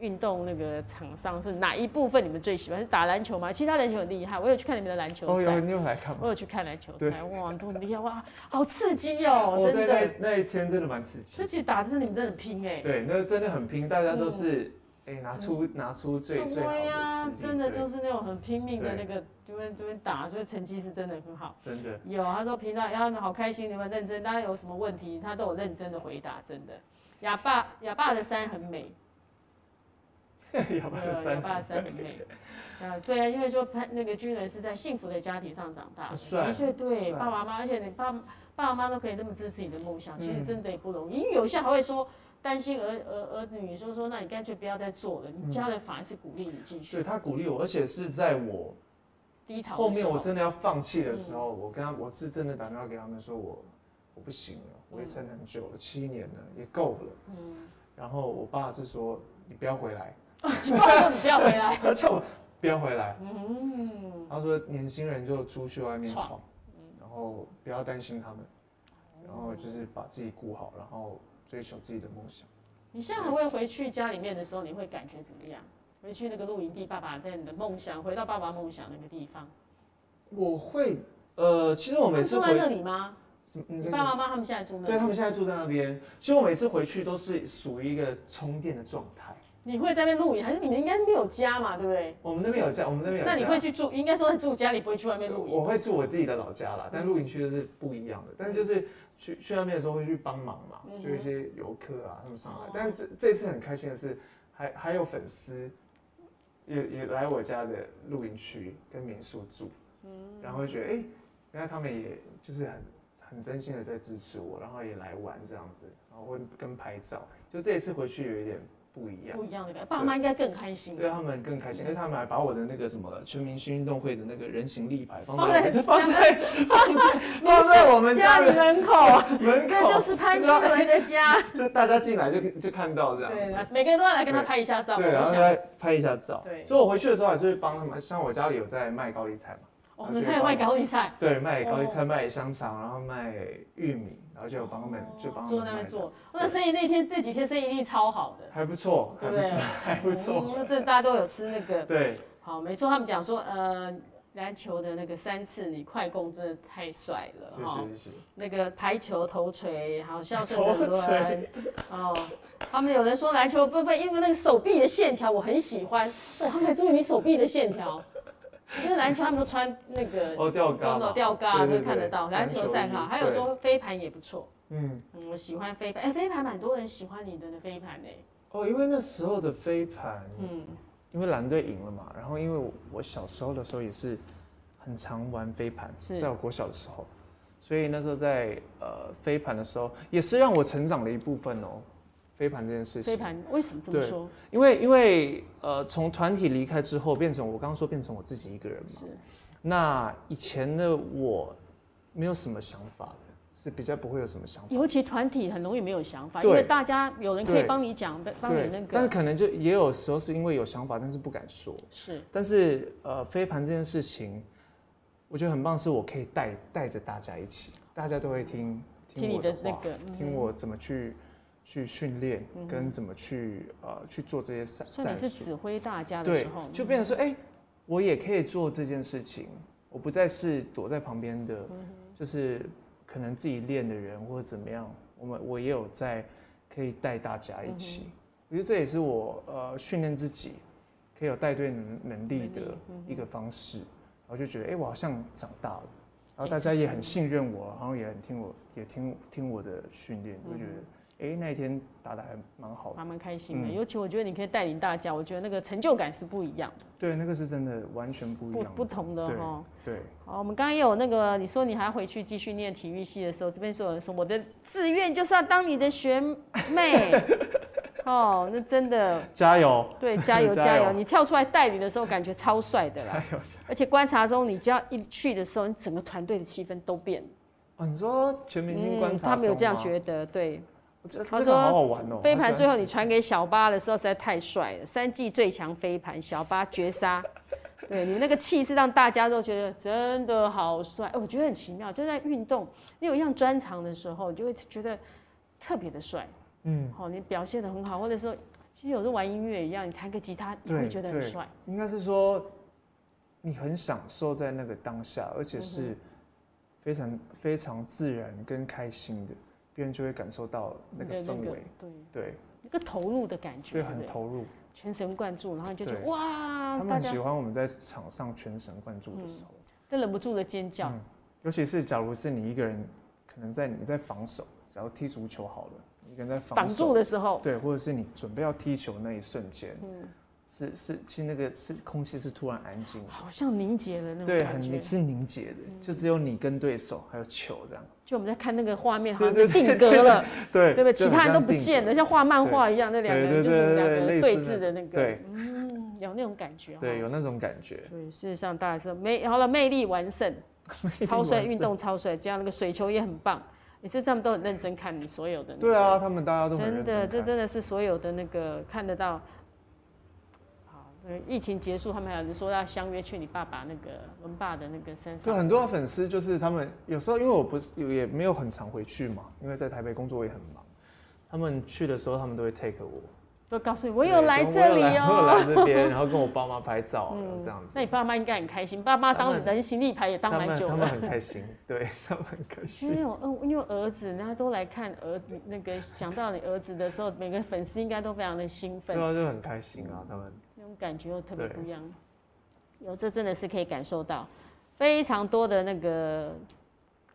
运动那个场上是哪一部分？你们最喜欢是打篮球吗？其实他篮球很厉害，我有去看你们的篮球哦赛，有你有来看吗？我有去看篮球对赛，哇，都很厉害，哇，好刺激哦，哦真对，的，那那一天真的蛮刺激自。己打真的你们真的很拼哎，对，那真的很拼，大家都是哎、拿出拿出最最好嗯的对呀实力，真的对就是那种很拼命的那对个，这边这边打，所以成绩是真的很好。真的。 (laughs) 有，他说平常他们好开心，你们认真，大家有什么问题，他都有认真的回答，真的。哑巴哑巴的山很美，哑巴的对，哑巴的山很 (laughs) 美。啊，对啊，因为说潘那个军人是在幸福的家庭上长大的，帅的确对帅爸爸妈妈，而且你爸爸爸妈妈都可以那么支持你的梦嗯想，其实真的也不容易。因为有些还会说担心儿儿儿女，说说那你干脆不要再做了，你家人反而是鼓励你继续嗯对。他鼓励我，而且是在我低潮的后面时候嗯我真的要放弃的时候，我跟他我是真的打电话给他们说我我不行了，我也撑很久了，七年了，也够了。嗯，然后我爸是说你不要 (laughs) 回来，你爸说你不要回 (laughs) 来，他叫我 (laughs) 不要回来，嗯，他说年轻人就出去外面闯嗯哦闯，然后不要担心他们，然后就是把自己顾好，然后追求自己的梦想。你现在还会回去家里面的时候，你会感觉怎么样？回去那个露营地，爸爸在你的梦想，回到爸爸梦想那个地方，我会呃，其实我每次住在回那里吗？什么你爸爸妈妈他们现在住那对里他，们现在住在那边，其实我每次回去都是属于一个充电的状态。你会在那边露营，还是你们应该没有家嘛，对不对？我们那边有家，我们那边有家。那你会去住，应该都在住家里，不会去外面露营。我会住我自己的老家啦，嗯但露营区就是不一样的。但是就是去去那边的时候会去帮忙嘛，嗯哼就有一些游客啊他们上来哦。但这这次很开心的是，还还有粉丝也也来我家的露营区跟民宿住，嗯然后就觉得哎、原来他们也就是很很真心的在支持我，然后也来玩这样子，然后会跟拍照。就这一次回去有一点不一样不。一样的感觉，爸妈应该更开心。啊对他们更开心，因为他们还把我的那个什么全明星运动会的那个人形立牌放放在在我们放在放在放在我们家家里哦的门口， (laughs) 门这就口，是潘金莲的家。就大家进来就可以就看到这样。对，每个人都要来跟他拍一下照。对，然我后想，再拍一下照。对所以我回去的时候还是会帮他们，像我家里有在卖高丽菜嘛，哦我们开始卖高丽菜，对，卖高丽菜、哦卖香肠，然后卖玉米，然后就有帮他们，就帮他哦坐们在那卖边这样，做。我的生意那天那几天生意一定超好 (laughs) 的，还不错，还对不不对错， (laughs) 还嗯不因错为，这大家都有吃那个。对，好，没错，他们讲说，呃，篮球的那个三次你快攻真的太帅了谢哈、谢谢谢。那个排球头锤，好孝顺的头轮锤，哦。他们有人说篮球不不，因为那个手臂的线条我很喜欢，哇，他们还注意你手臂的线条，因为篮球他们都穿那个哦，高吊杆的嘛，吊对杆对都看得到，对篮球赛哈，衣还有对说飞盘也不错，嗯，嗯，我喜欢飞盘，哎，飞盘蛮多人喜欢你的那飞盘呢，哦，因为那时候的飞盘，嗯，因为蓝队赢了嘛，然后因为我我小时候的时候也是很常玩飞盘，是在我国小的时候，所以那时候在呃飞盘的时候，也是让我成长的一部分哦。飞盘这件事飞情，盘为什么这么对说？因为因为呃从团体离开之后，变成我刚刚说变成我自己一个人嘛。是那以前的我没有什么想法的，是比较不会有什么想法。尤其团体很容易没有想法，对因为大家有人可以对帮你讲，帮你对，那但是个可能就也有时候是因为有想法，但是不敢说。是但是呃，飞盘这件事情，我觉得很棒，是我可以带带着大家一起，大家都会听听你我的的话，那个嗯听我怎么去去训练，跟怎么去呃去做这些赛所以你战是术。指挥大家的对时候，，嗯就变成说，哎、我也可以做这件事情，我不再是躲在旁边嗯的，就是可能自己练的人或者怎么样，我们我也有在可以带大家一嗯起。我觉得这也是我呃训练自己可以有带队能能力的嗯一个方式，然后就觉得哎、我好像长大了，然后大家也很信任我，然后也很听我也听听我的训练，我就觉得嗯哎、那一天打的还蛮好的，还蛮开心的。嗯尤其我觉得你可以带领大家，我觉得那个成就感是不一样，对，那个是真的完全不一不样不同的对哈。对。好，我们刚刚也有那个，你说你还回去继续念体育系的时候，这边所有人说我的志愿就是要当你的学妹，哦，那真的加油！对，真的加 (laughs) 油加加油！油你跳出来带领的时候，感觉超帅的啦，加油！而且观察中，你只要一去的时候，你整个团队的气氛都变了。哦，你说全明星观嗯察、他没有这样觉得，对。他得他说说好好玩哦。飞盘最后你穿传给小巴的时候实在太帅了，三季最强飞盘，小巴绝杀。对你那个气势让大家都觉得真的好帅，哎我觉得很奇妙，就在运动你有一项专长的时候，你就会觉得特别的帅。嗯，好、你表现的很好，或者说，其实有时候玩音乐一样，你弹个吉他也对会觉得很对帅。应该是说你很享受在那个当下，而且嗯是非常、非常自然跟开心的，别人就会感受到那个你的氛围，对，对，那个投入的感觉，对对，不很对？投入。全神贯注，然后你就觉得对哇他，们大很家喜欢我们在场上全神贯注的时候，都忍不住的尖叫。嗯尤其是假如是你一个人，可能在你在防守，假如踢足球好了，你一个人在挡防守住。的时候，嗯对，或者是你准备要踢球那一瞬间，是是，其实那个是空气是突然安静的，好像凝结了那种对，很感觉嗯凝。是凝结的，就只有你跟对手还有球这样，就我们在看那个画面，好对像被定格了，对对不对？其他人都不见了，像画漫画一样，那两个人对对就是两个人对对对类似峙的那个，对嗯，有那种感觉哈。对，有那种感觉，对，事实上大家说魅好了，魅力完胜，超帅，运动超帅，这样那个水球也很棒。也是他们都很认真看你所有的、那个对啊，他们大家都很真认的，真这看，真的是所有的那个看得到。好，那疫情结束，他们还有人说要相约去你爸爸那个文爸的那个山对上。很多粉丝就是他们有时候因为我不是有也没有很常回去嘛，因为在台北工作也很忙，他们去的时候他们都会 take 我，都告诉你，我对有来跟这里我有哦、嗯来 (laughs) 这边，然后跟我爸妈拍照 (laughs) 了这样子那，你爸妈应该很开心，爸妈当他们人形立牌也当他蛮们久他了们。很 (laughs) 开心，对他们很开其心实。我呃，因为儿子，人家都来看儿子那 (laughs) 个，想到你儿子的时候，每个粉丝应该都非常的兴奋对，啊，就很开心啊，他们。那种感觉又特别对不一样。有这真的是可以感受到非常多的那个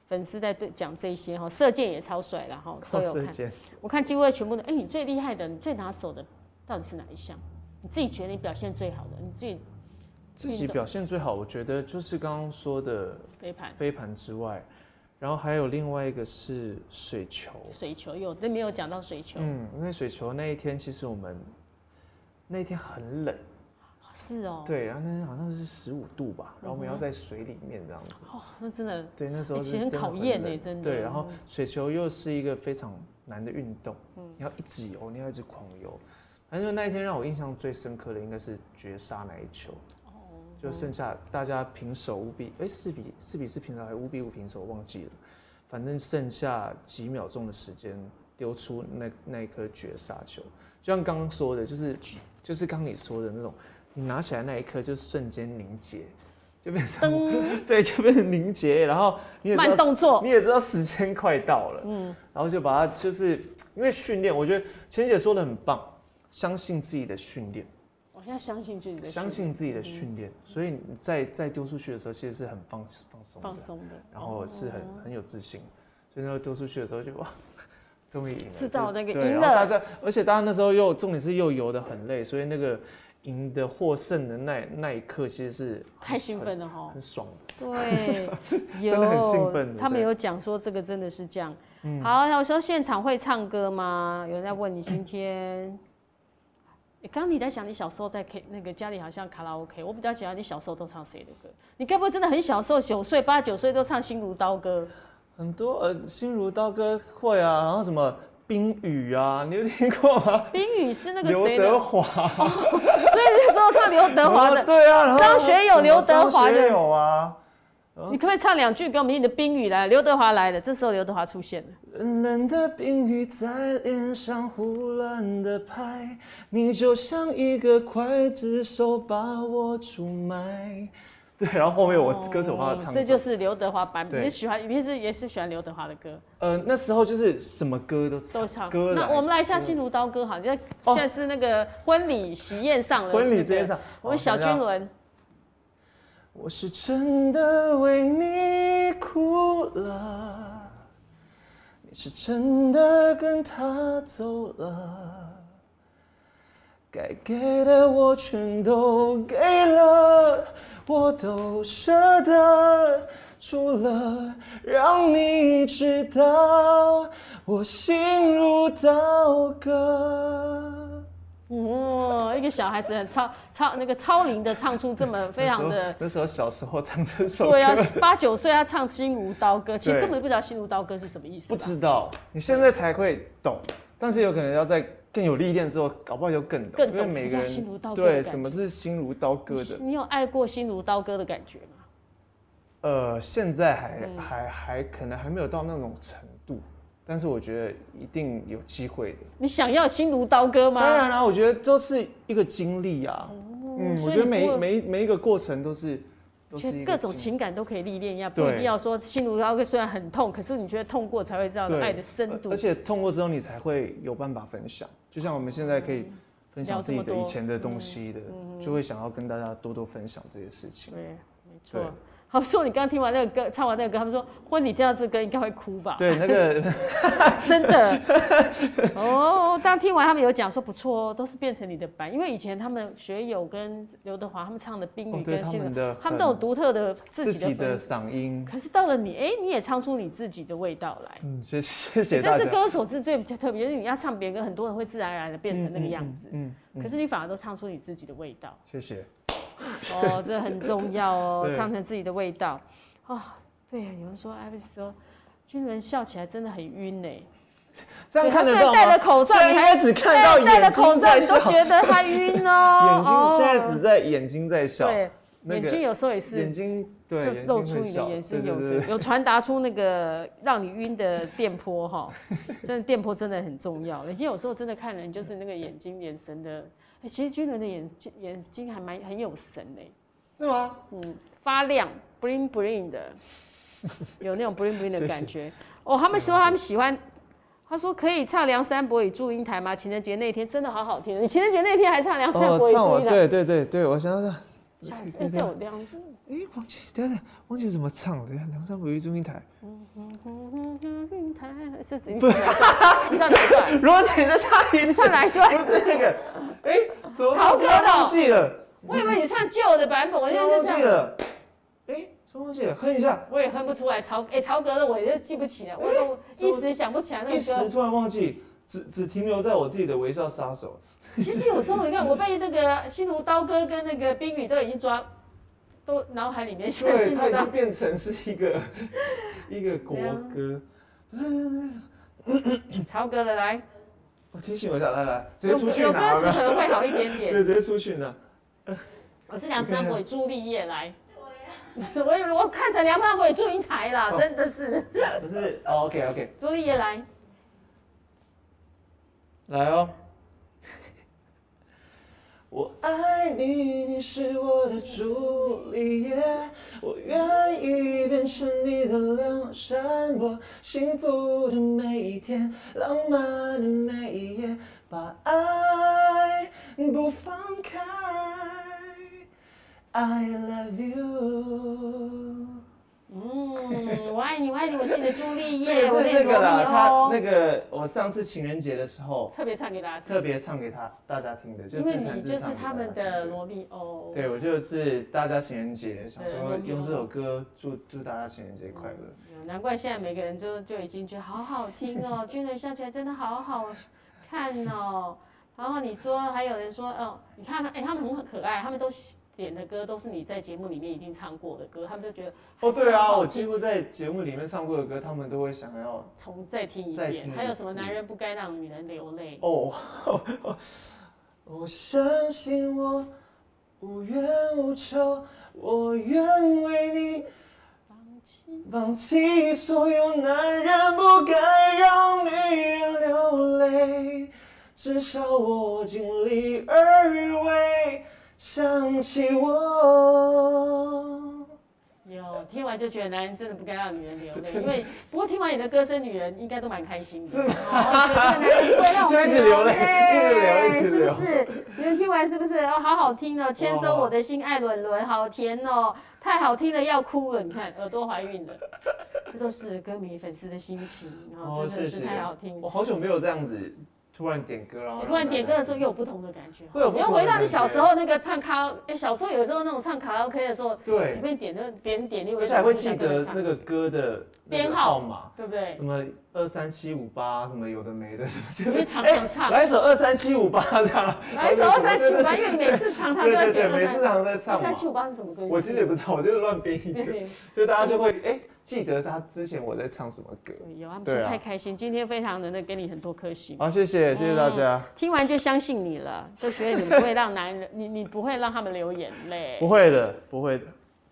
粉丝在对讲这些哈，射箭也超帅然哈，哦都有时看。间我看几乎全部都，哎、你最厉害的，你最拿手的到底是哪一项？你自己觉得你表现最好的，你自己自己表现最好，我觉得就是刚刚说的飞盘、飞盘之外，然后还有另外一个是水球。嗯水球有，但没有讲到水球。嗯，因为水球那一天其实我们那一天很冷，是哦，对，然后那天好像是十五度吧，然后我们嗯哼要在水里面这样子。哦，那真 (laughs) 的，对，那时候欸其是实很真的考验冷欸真的对，然后嗯水球又是一个非常难的运动，你要一直游，你要一直狂游。反正就那一天让我印象最深刻的应该是绝杀那一球，哦，就剩下大家平手五比，哎、四比四比四平手还是五比五平手，我忘记了。反正剩下几秒钟的时间丢出那那一颗绝杀球，就像刚刚说的，就是就是刚你说的那种，你拿起来那一刻就瞬间凝结，就变成噔， (laughs) 对，就变成凝结，然后你也知道慢动作你也知道时间快到了，嗯，然后就把它就是因为训练，我觉得钱姐说的很棒，相信自己的训练，我现在相信自己的，嗯相信自己的训练，所以你在在丢出去的时候其实是很放放松放的，松的，哦然后是很很有自信，所以那时候丢出去的时候就哇， (laughs) 终于赢了，知道就那个对赢然后大了家，而且大家那时候又重点是又游的很累，所以那个赢的获胜的那那一刻其实是太兴奋了，了 (laughs) 哈。很爽的。 (laughs) 对，有真的很兴奋的他们对嗯有讲说这个真的是这样。好，那我说现场会唱歌吗？有人在问你今天。嗯诶刚刚你在讲你小时候在 K 那个家里好像卡拉 OK，我比较喜欢你小时候都唱谁的歌？你该不会真的很小时候九岁八九岁都唱《心如刀割很多呃，心如刀割会啊，然后什么冰雨啊， (laughs) 你有听过吗》？？冰雨是那个刘谁的？德华，所以那时候唱刘德华然后的， (laughs) 对啊，然后张学友刘德华的张学友啊，你可不可以唱两句给我们听？你的冰雨来，刘德华来了，这时候刘德华出现了。冷冷的冰雨在脸上胡乱的拍，你就像一个刽子手把我出卖。 (laughs) 对，然后后面我歌手帮他唱哦这的时候，就是刘德华版本。对你喜欢，你是也是喜欢刘德华的歌，呃，那时候就是什么歌都都唱。歌那我们来一下《歌心如刀割》好了，你看哦现在是那个婚礼喜宴上了，婚礼对不对喜宴上我们好小等一军下伦，我是真的为你哭了，你是真的跟他走了，该给的我全都给了，我都舍得，除了让你知道我心如刀割。哇，嗯一个小孩子很超超那个超龄的唱出这么非常 (laughs) 的。那时候小时候唱这首歌，对啊，八九岁他唱《心如刀割》，其实对根本不知道《心如刀割》是什么意思吧。啊不知道，你现在才会懂，但是有可能要在更有历练之后，搞不好就更懂，更懂因为每个什么叫人心如刀割的对感觉什么是心如刀割的。你有爱过《心如刀割》的感觉吗？呃，现在还、嗯还还可能还没有到那种程度，但是我觉得一定有机会的。你想要《心如刀割》吗？当然啦、我觉得都是一个经历啊，哦嗯，我所以觉得你不每会每每一个过程都是都其是实一各个种经历情感都可以历练一下，不一对定要说心如刀割虽然很痛，可是你觉得痛过才会知道对爱的深度而而。且痛过之后，你才会有办法分享。就像我们现在可以分嗯享聊这自己么的多嗯以前的东西的，就会想要跟大家多多分享这些事情。对，没对 (laughs) 错。他们说你刚刚听完那个歌，唱完那个歌，他们说婚礼听到这个歌应该会哭吧？，对，那嗯 (laughs) 个 (laughs) 真 (laughs) 的。哦，当听完他们有讲说不错哦，都是变成你的版，因为以前他们学友跟刘德华他们唱的《冰哦雨》嗯对跟《他心们如》的，他们都有独特的自自己己的的风。嗓音。可是到了你，哎，你也唱出你自己的味道来。嗯，谢谢谢大这是家。歌手是最比较特别，就是你要唱别人歌，很多人会自然而然的变成那个样子。嗯，可是你反而都唱出你自己的味 (laughs) 道谢谢。哦，这很重要哦，对唱成自己的味道哦。对，有人说艾薇说，军人笑起来真的很晕呢。这样对他看得现到在吗？戴了口罩，现在你应还该只看到对戴了眼口罩，睛在你都笑，觉得他晕 (laughs) 眼哦。睛现在哦只在眼睛在笑，对，那眼个睛有时候也是眼睛就对，露眼睛出会你的笑眼神，对有对神对有传达出那个让你晕的电波 (laughs) 哈，真的电波真的很重要。有些有时候真的看人就是那个眼睛眼神的，哎、其实军人的眼睛眼睛还蛮很有神哎、是吗？嗯，发亮 bling bling 的，有那种 bling bling 的感觉。哦，他们说啊他们喜欢，他说可以唱梁山伯与祝英台吗？情人节那天真的好好听，你情人节那天还唱梁山伯与哦唱祝我英台，对对对对，我想想。吓死！ (laughs) 哎、这种梁哎，忘记等等，忘记怎么唱了。梁山伯与祝英台，是指不是？你上哪一段？ (laughs) 如果你再唱一次，你唱哪一段不是那个，哎，怎么豪唱哥这的样哦忘记了？我以为你唱旧的版本，我我现真在忘就这记样。了。哎，怎么忘记了？哼一下，我也哼不出来曹哎、曹格的我也记不起来，我都一时想不起来那一个时歌。突然忘记。只只停留在我自己的微笑 (laughs) 杀手。其实有时候你看，我被那个心如刀割跟那个冰雨都已经抓，都脑海里面现在对，心它如已刀经。变成是一 (laughs) 个一个国啊歌。不是，曹哥的来，我提醒我一下，来来，直有接有歌出去词拿好不可好能会好一点点。对，直接出去拿。我是梁山伯与朱丽叶来。是我以为我看成梁山伯与祝英台啦，真的是不是、哦、，OK OK，朱丽叶来，来哦。 (laughs) 我爱你，你是我的朱丽叶，我愿意变成你的梁山伯，幸福的每一天，浪漫的每一夜，把爱不放开。I love you。嗯，我爱你，我爱你，我是你的朱丽这个叶，我是那的个罗啦，密他欧。那个哦我上次情人节的时候特别唱给大家听，特别唱给他大家听的，就因自为弹你自就唱是给他大家们听的。罗密欧。对，我就是大家情人节，想对说罗密欧用这首歌祝祝大家情人节快乐。嗯难怪现在每个人就就已经觉得好好听哦，军人笑起来真的好好看哦。然后你说还有人说，哦，你看，哎，他们很可爱，他们都点的歌都是你在节目里面已经唱过的歌，他们就觉得哦，对啊，我几乎在节目里面唱过的歌，他们都会想要重再听一再遍。听一还有什么次男人不该让女人流泪？哦。 (laughs) 我相信我无冤无仇，我愿为你放弃所有男人不该让女人流泪，至少我尽力而为。想起我，有听完就觉得男人真的不该让女人流泪， (laughs) 真的因为不过听完你的歌声，女人应该都蛮开心的。是吗？哦、觉得这个男人不会让我 (laughs) 就一直流泪一直是流不一直是？你们听完是不是？哦，好好听哦，牵手我的心，爱伦伦，好甜哦，太好听了，要哭了。你看，耳朵怀孕了，这都是歌迷粉丝的心情哦，真的是太好听。我好久没有这样子突然点歌了。你突然点歌的时候又有不同的感觉，哦会有不你同的又回到你小时感觉候那个唱卡拉，哎，小时候有时候那种唱卡拉 OK 的时候，对随便点就别人点，你而为且什还么会记得唱那个歌的那个编号码，对不对？什么二三七五八，什么有的没的，什么就因为是常常唱来一首二三七五八这样，来一首哎二三七五八，因为你每次常常对都在对点对，每次二常常在三唱三七嘛。五八是什么歌？我其实 (laughs) 也不知道，我就是乱编一个，对。 (laughs) 所以大家就会哎记得他之前我在唱什么歌。有，他们对说啊太开心，今天非常的那给你很多颗星，好，谢谢谢谢大家，听完就相信你了，就觉得你不会让男人， (laughs) 你你不会让他们流眼泪 (laughs) 不，会的，不会的。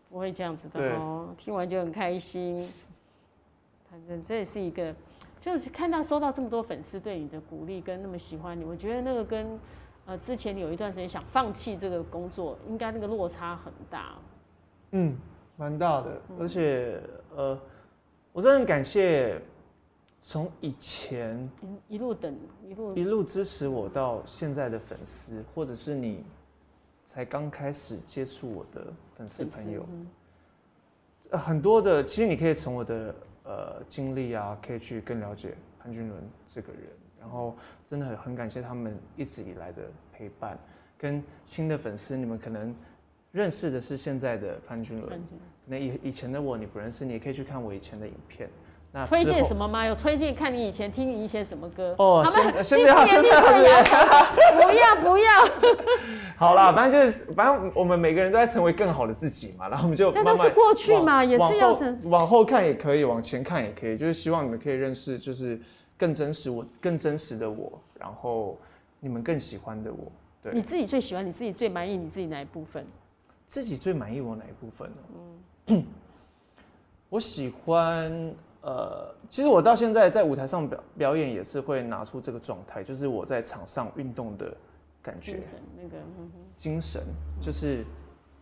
不会这样子的对哦，听完就很开心。反正这也是一个，就是看到收到这么多粉丝对你的鼓励跟那么喜欢你，我觉得那个跟呃之前你有一段时间想放弃这个工作，应该那个落差很大。嗯，蛮大的，嗯而且呃，我真的很感谢从以前一一路等，一路一路支持我到现在的粉丝，或者是你才刚开始接触我的粉丝粉丝朋友，嗯呃很多的，其实你可以从我的呃经历啊，可以去更了解潘俊伦这个人。然后真的很很感谢他们一直以来的陪伴，跟新的粉丝，你们可能认识的是现在的潘俊伦感，觉那以以前的我你不认识，你也可以去看我以前的影片。那推之荐后什么吗？有推荐看你以前听你以前什么歌？哦他们先经纪先不要人立先不要刻摇 (laughs) 头，不要不要，好啦，反正就是，反正我们每个人都在成为更好的自己嘛，然后我们就但慢都慢是过去嘛往啊也是要往后成往后看也可以，往前看也可以，就是希望你们可以认识，就是更真实我更真实的我，然后你们更喜欢的我，你对自己最喜欢，你自己最满意你自己哪一部分？自己最满意我哪一部分呢？嗯 (clears throat) 我喜欢呃，其实我到现在在舞台上表表演也是会拿出这个状态，就是我在场上运动的感觉精，神那个，嗯哼精神，就是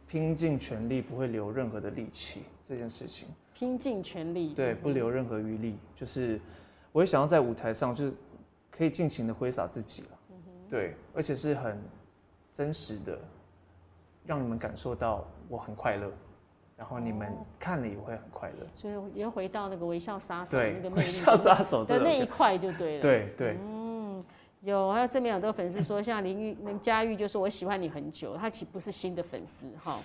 拼尽全力，不会留任何的力气这件事情。拼尽全力。对，不留任何余力，就是我也想要在舞台上就是可以尽情的挥洒自己了。嗯对，而且是很真实的，让你们感受到我很快乐，然后你们看了也会很快乐。所以也回到那个微笑哦杀手那对个，魅微力笑杀手这的那一个，块就对了。对对，嗯，有，还有这边有很多粉丝说，像林玉、林佳玉就说我喜欢你很久，他其实不是新的粉丝哈，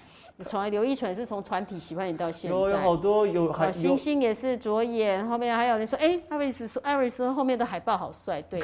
从来刘一纯是从团体喜欢你到现在。有有好多有还好，哦星有 (laughs) 星也是着眼，后面还有人说，哎、艾瑞斯说，艾瑞斯说后面的海报好帅，对，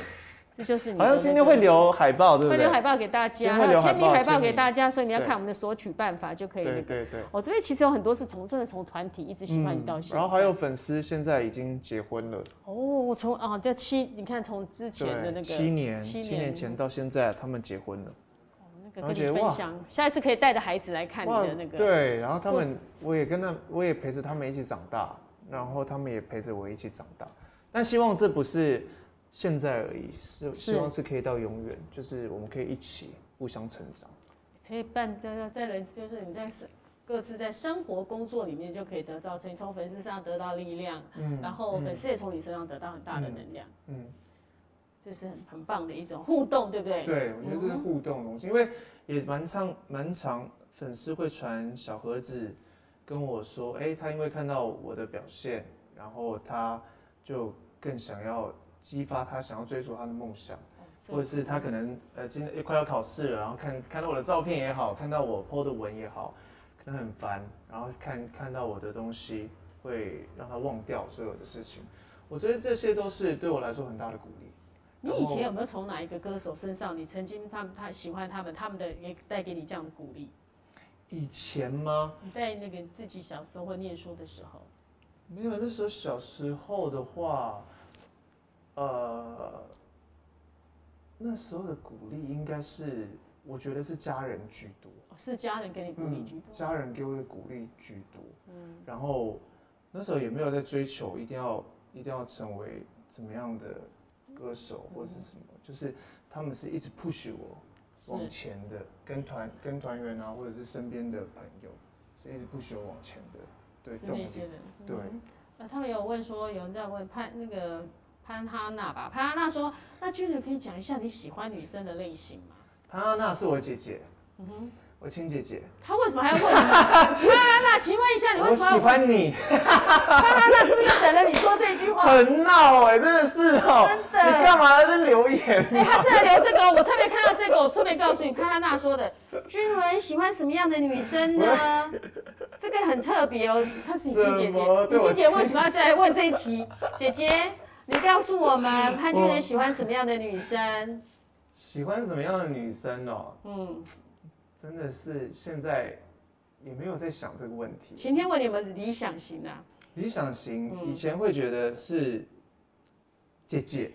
这就是你的好像今天那会个留海报，对不会对留？海报给大今家，天还会有留签海名报海报签给名大家，所以你要对看我们的索取办法就可以那对个。对对。我、这边其实有很多是从真的从团体一直喜欢你到现在，嗯然后还有粉丝现在已经结婚了，哦，我从啊这七，你看从之前的那个对七年七七年年前到现在他们结婚了。哦那个然后跟觉得你分哇享，下一次可以带着孩子来看你哇的那个。对，然后他过们，我也跟他，我也陪着他们一起长大，然后他们也陪着我一起长大。但希望这不是现在而已，是希是望是可以到永远，就是我们可以一起互相成长。所以办在在人就是你在生各自在生活工作里面就可以得到，所以从粉丝身上得到力量，嗯然后粉丝也从你身上得到很大的能量，嗯，这是很很棒的一种互动，对不对？对，我觉得这是互动的东西，因为也蛮常蛮常粉丝会传小盒子跟我说，哎、他因为看到我的表现，然后他就更想要激发他想要追逐他的梦想。哦这或者是他可能呃今天快要考试了，然后看看到我的照片也好，看到我 PO 的文也好，可能很烦，然后看看到我的东西会让他忘掉所有的事情。我觉得这些都是对我来说很大的鼓励。你以前有没有从哪一个歌手身上，你曾经他们他喜欢他们，他们的也带给你这样的鼓励？以前吗？你在那个自己小时候或念书的时候，没有，那时候小时候的话，呃，那时候的鼓励应该是，我觉得是家人居多。哦是家人给你鼓嗯励居多？家人给我的鼓励居多。嗯然后那时候也没有在追求一定要一定要成为怎么样的歌手或是什么，就是他们是一直 push 是我往前的，跟团跟团员啊，或者是身边的朋友，是一直 push 我往前的，对，是动那力些人。对嗯那他们有问说，有人在问潘那个潘哈娜吧？潘哈娜说，那君伦可以讲一下你喜欢女生的类型吗？潘安娜是我姐姐，嗯哼，我亲姐姐，他为什么还要问你？ (laughs) 潘哈娜，请问一下，你我哎为什么要喜问？欢你，潘哈娜是不是又等了你说这句话？很闹哎、真的是哦、真的你干嘛在那边留言？ (laughs) (laughs) 哎、他这里留这个哦，我特别看到这个，我顺便告诉你，潘哈娜说的，君伦喜欢什么样的女生呢？这个很特别哦，她是你亲姐什姐么，你对我亲姐为什么要再来问这一题？姐姐，你告诉我们潘君伦喜欢什么样的女生？喜欢什么样的女生哦、嗯，真的是现在也没有在想这个问题。晴天问你们理想型啊，理想型嗯以前会觉得是姐姐，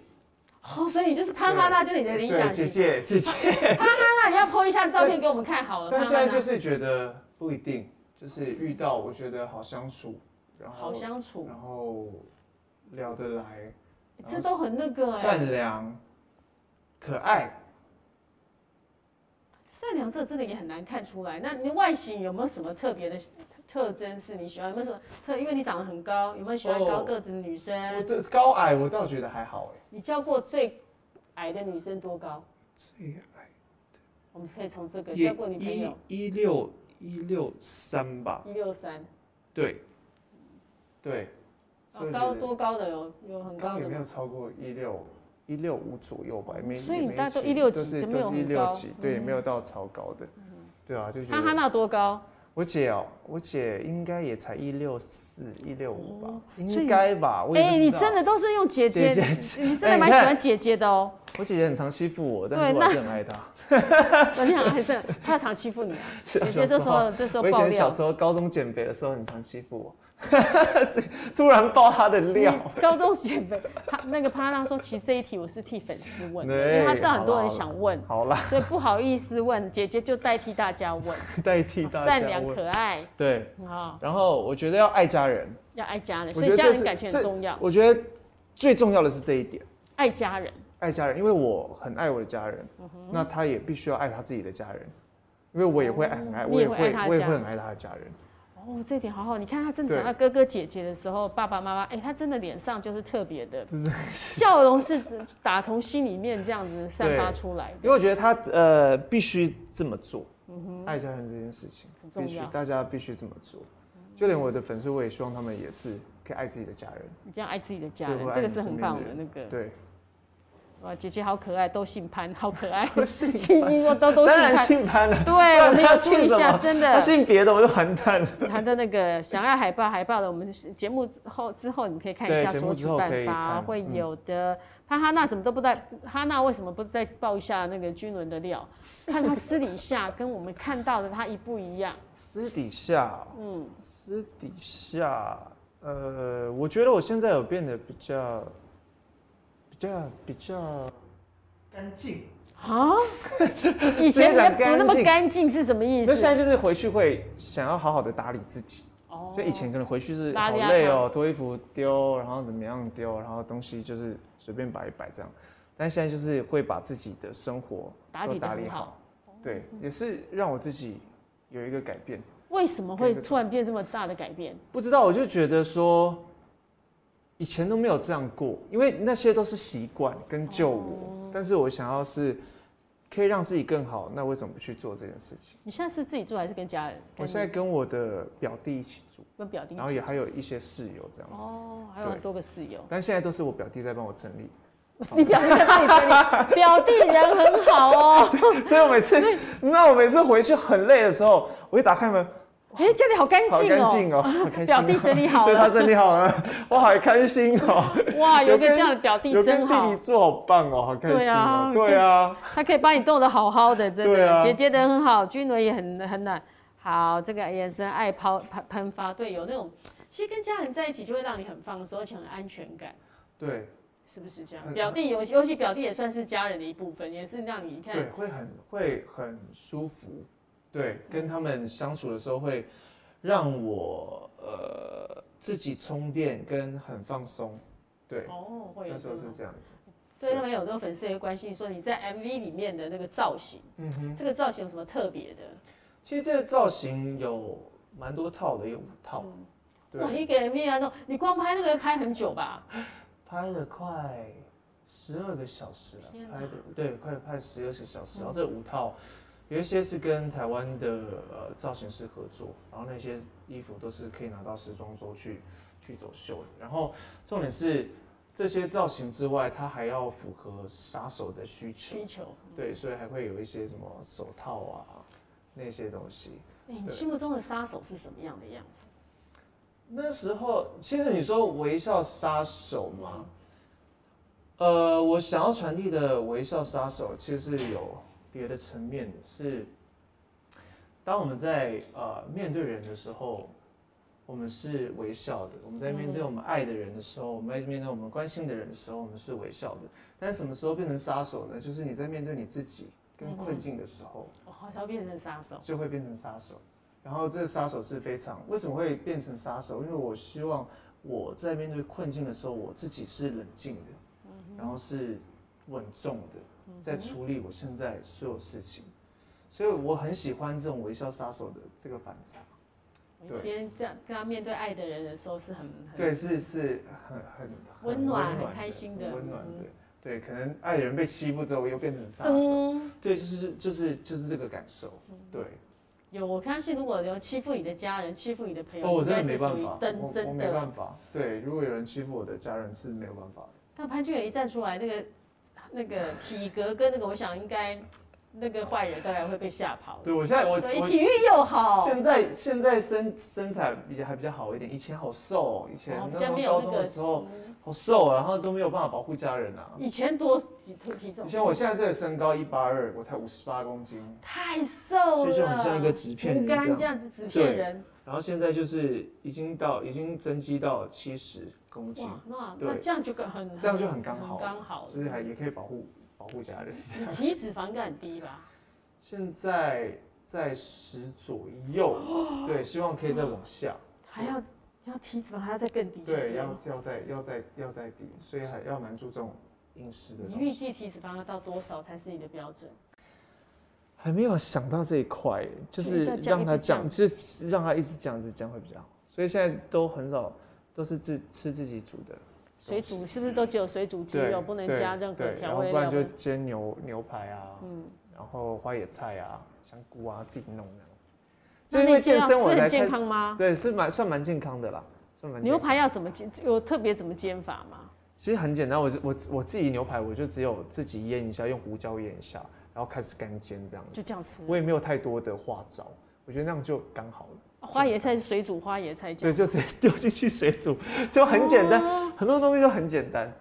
哦，所以你就是潘哈娜，就是你的理想对姐型。姐姐姐，潘哈娜，你要 po 一下照片给我们看好了。但潘现哈在娜就是觉得不一定，就是遇到我觉得好相处，然后好相处，然后聊得来，这都很那个哎、善良，可爱，善良这真的也很难看出来。那你外形有没有什么特别的特征是你喜欢？有没有什么特？因为你长得很高，有没有喜欢哦高个子的女生？我这高矮我倒觉得还好哎、你教过最矮的女生多高？最矮我们可以从这个教过你朋友一六一六三吧，一六三，对，对，所哦以我觉高得多高的有有很刚高也的没有吗？超过一六一六五左右吧，也没所以也你没大概都几165都是就没有都是一很六高嗯几，对，也没有到超高的，对啊，就觉哈哈得娜多高？我姐哦，我姐应该也才一六四一六五吧哦，所以应该吧，我也哎、不知你道真的都是用姐姐，姐姐你你真哎的你蛮喜欢看姐姐的哦。我姐姐很常欺负我，但对是我那还是很爱她。我你好像还是她常欺负你啊。 (laughs) 姐姐这时候这时候 (laughs) 我以爆前小料，时候高中减肥的时候很常欺负我， (laughs) 突然爆她的料。你嗯高中减 (laughs) 肥，他那个潘娜说，其实这一题我是替粉丝问的，对因为他知道很多人想问，好啊啦， (laughs) 所以不好意思问，姐姐就代替大家问，代 (laughs) 替大家善良问可爱对，啊、然后我觉得要爱家人，要爱家人，我所觉得以家这人是感情这很重要，我觉得最重要的是这一点，爱家人。爱家人，因为我很爱我的家人，嗯那他也必须要爱他自己的家人，因为我也会爱很爱，哦我也你也会爱会他的我也家会人很爱他的家人。哦，这点好好，你看他真的对讲到哥哥姐姐的时候，爸爸妈妈，哎、他真的脸上就是特别的，笑容是打从心里面这样子散发对出来的。因为我觉得他呃必须这么做，爱家人这件事情嗯很重必须要大家必须这么做，就连我的粉丝我也希望他们也是可以爱自己的家人，一定要爱自己的家对人会，爱这个你是身很边的棒的人那个。对，哇，姐姐好可爱，都姓潘，好可爱。 (laughs) 都姓 (laughs) 潘星星说都都姓当然潘，姓潘 (laughs) 了，对不然我们他要姓注意一什下么真的他姓别的我就完蛋了。他的那个想要海报，海报的我们节目后之后你可以看一对下节所目之主后办可以方看会嗯有的。潘哈娜怎么都不在，哈娜为什么不再爆一下那个军伦的料？看他私底下跟我们看到的他一不一 (laughs) 样。私底下，嗯，私底下，呃，我觉得我现在有变得比较，比较比较干净。啊，以前比较非常不那么干净干净是什么意那现在思？就是回去会想要好好的打理自己，哦啊就以前可能回去是邋好里邋遢累哦，脱衣服丢，然后怎么样丢，然后东西就是随便摆一摆这样。但现在就是会把自己的生活打都理得打很理好哦好，对，也是让我自己有一个改变。为什么会突然变这么大的改变？不知道，我就觉得说，以前都没有这样过，因为那些都是习惯跟旧我，哦但是我想要是可以让自己更好，那为什么不去做这件事情？你现在是自己住还是跟家人？我现在跟我的表弟一起住，跟表弟然后也还有一些室友这样子，哦，还有很多个室友。但现在都是我表弟在帮我整理，你表弟在帮你整 (laughs) 理，表弟人很好哦。所以我每次，那我每次回去很累的时候，我一打开门， (laughs) 哎、家里好干好净干哦。净哦，好开心表哦弟整理好了 (laughs) 对他整理好了，我好开心 (laughs) 哦，哇，有一个有跟这样的表弟有真跟弟好弟，做好棒哦，好开心对哦啊，对啊他可以把你逗得好好的，真对的。啊姐姐人很好，君伦也很很暖。好，这个眼神爱抛喷喷发，对，有那种，其实跟家人在一起就会让你很放松，而且很安全感，对是不是这样？嗯表弟尤尤其表弟也算是家人的一部分，也是让你看对，会很会很舒服。对，跟他们相处的时候会让我呃自己充电跟很放松。对，哦，会有那时这候种是。这样子。对他们有很多粉丝也关心说你在 MV 里面的那个造型，嗯哼，这个造型有什么特别的？其实这个造型有蛮多套的，有五套。对哇，，一个 MV 啊，弄你光拍那个拍很久吧？拍了快十二个小时了天，哪嗯拍的对，快拍十二个小时。然后这五套，有一些是跟台湾的呃造型师合作，然后那些衣服都是可以拿到时装周去去走秀的。然后重点是这些造型之外，它还要符合杀手的需求，需求。对，所以还会有一些什么手套啊那些东西。哎你心目中的杀手是什么样的样子？那时候，其实你说微笑杀手嘛，呃，我想要传递的微笑杀手其实是有别的层面的，是当我们在呃面对人的时候，我们是微笑的；我们在面对我们爱的人的时候，我们在面对我们关心的人的时候，我们是微笑的。但什么时候变成杀手呢？就是你在面对你自己跟困境的时候，我好少变成杀手。就会变成杀手。然后这个杀手是非常为什么会变成杀手？因为我希望我在面对困境的时候，我自己是冷静的，嗯然后是稳重的，在处理我现在所有事情。所以我很喜欢这种微笑杀手的这个反差，我一边这样跟他面对爱的人的时候，是很很对，是是很很很温暖很的开心的很温暖嗯的，对，可能爱的人被欺负之后又变成杀手，咚。嗯对，就是就是就是这个感受，对，有，我相信如果有欺负你的家人、欺负你的朋友，哦，我真的哎应该没是办属于法，真我我真没的。办法。对，如果有人欺负我的家人是没有办法的。但潘俊远一站出来，那个那个体格跟那个，我想应该那个坏人大概会被吓跑了。对，我现在我对，我体育又好，现在现在身身材比较还比较好一点，以前好瘦、哦，以前哦比那较时没候有高那中个的时候好瘦哦，然后都没有办法保护家人啊。以前多体体重以，前我现在这个身高一八二，我才五十八公斤，太瘦所了，以就很像一个纸片竹人竿这这样。样子纸片对人。然后现在就是已经到已经增肌到七十公斤，哇，那那对这样就很很这样就很刚好很刚好了。就是还也可以保护保护家人。你体脂肪应该很低吧？现在在十左 (gasps) 右，对，希望可以再往下，还要要体脂肪还要再更低？对，吗要要再要再要再低，所以还要蛮注重饮食的你东预计西。体脂肪要到多少才是你的标准？还没有想到这一块，就一直是在降让他一直降讲，就是让他一直讲，一直讲会比较好。所以现在都很少，都是自吃自己煮的，水煮是不是都只有水煮鸡对肉，不能加任何对调然后味不料然就吗？煎牛牛排啊，嗯，然后花野菜啊、香菇啊自己弄这样。那就因为那些健要身，我吃才很开健始康吗？对，是蛮算蛮健康的啦，算蛮健啊牛康排要怎么煎？有特别怎么煎法吗？其实很简单，我我我自己牛排，我就只有自己腌一下，用胡椒腌一下，然后开始干煎这样子。就这样吃。我也没有太多的花招，我觉得那样就刚好了。花椰菜是水煮花椰菜对，酱，就直接 (laughs) 丢进去水煮，就很简单，嗯哦很多东西都很简单。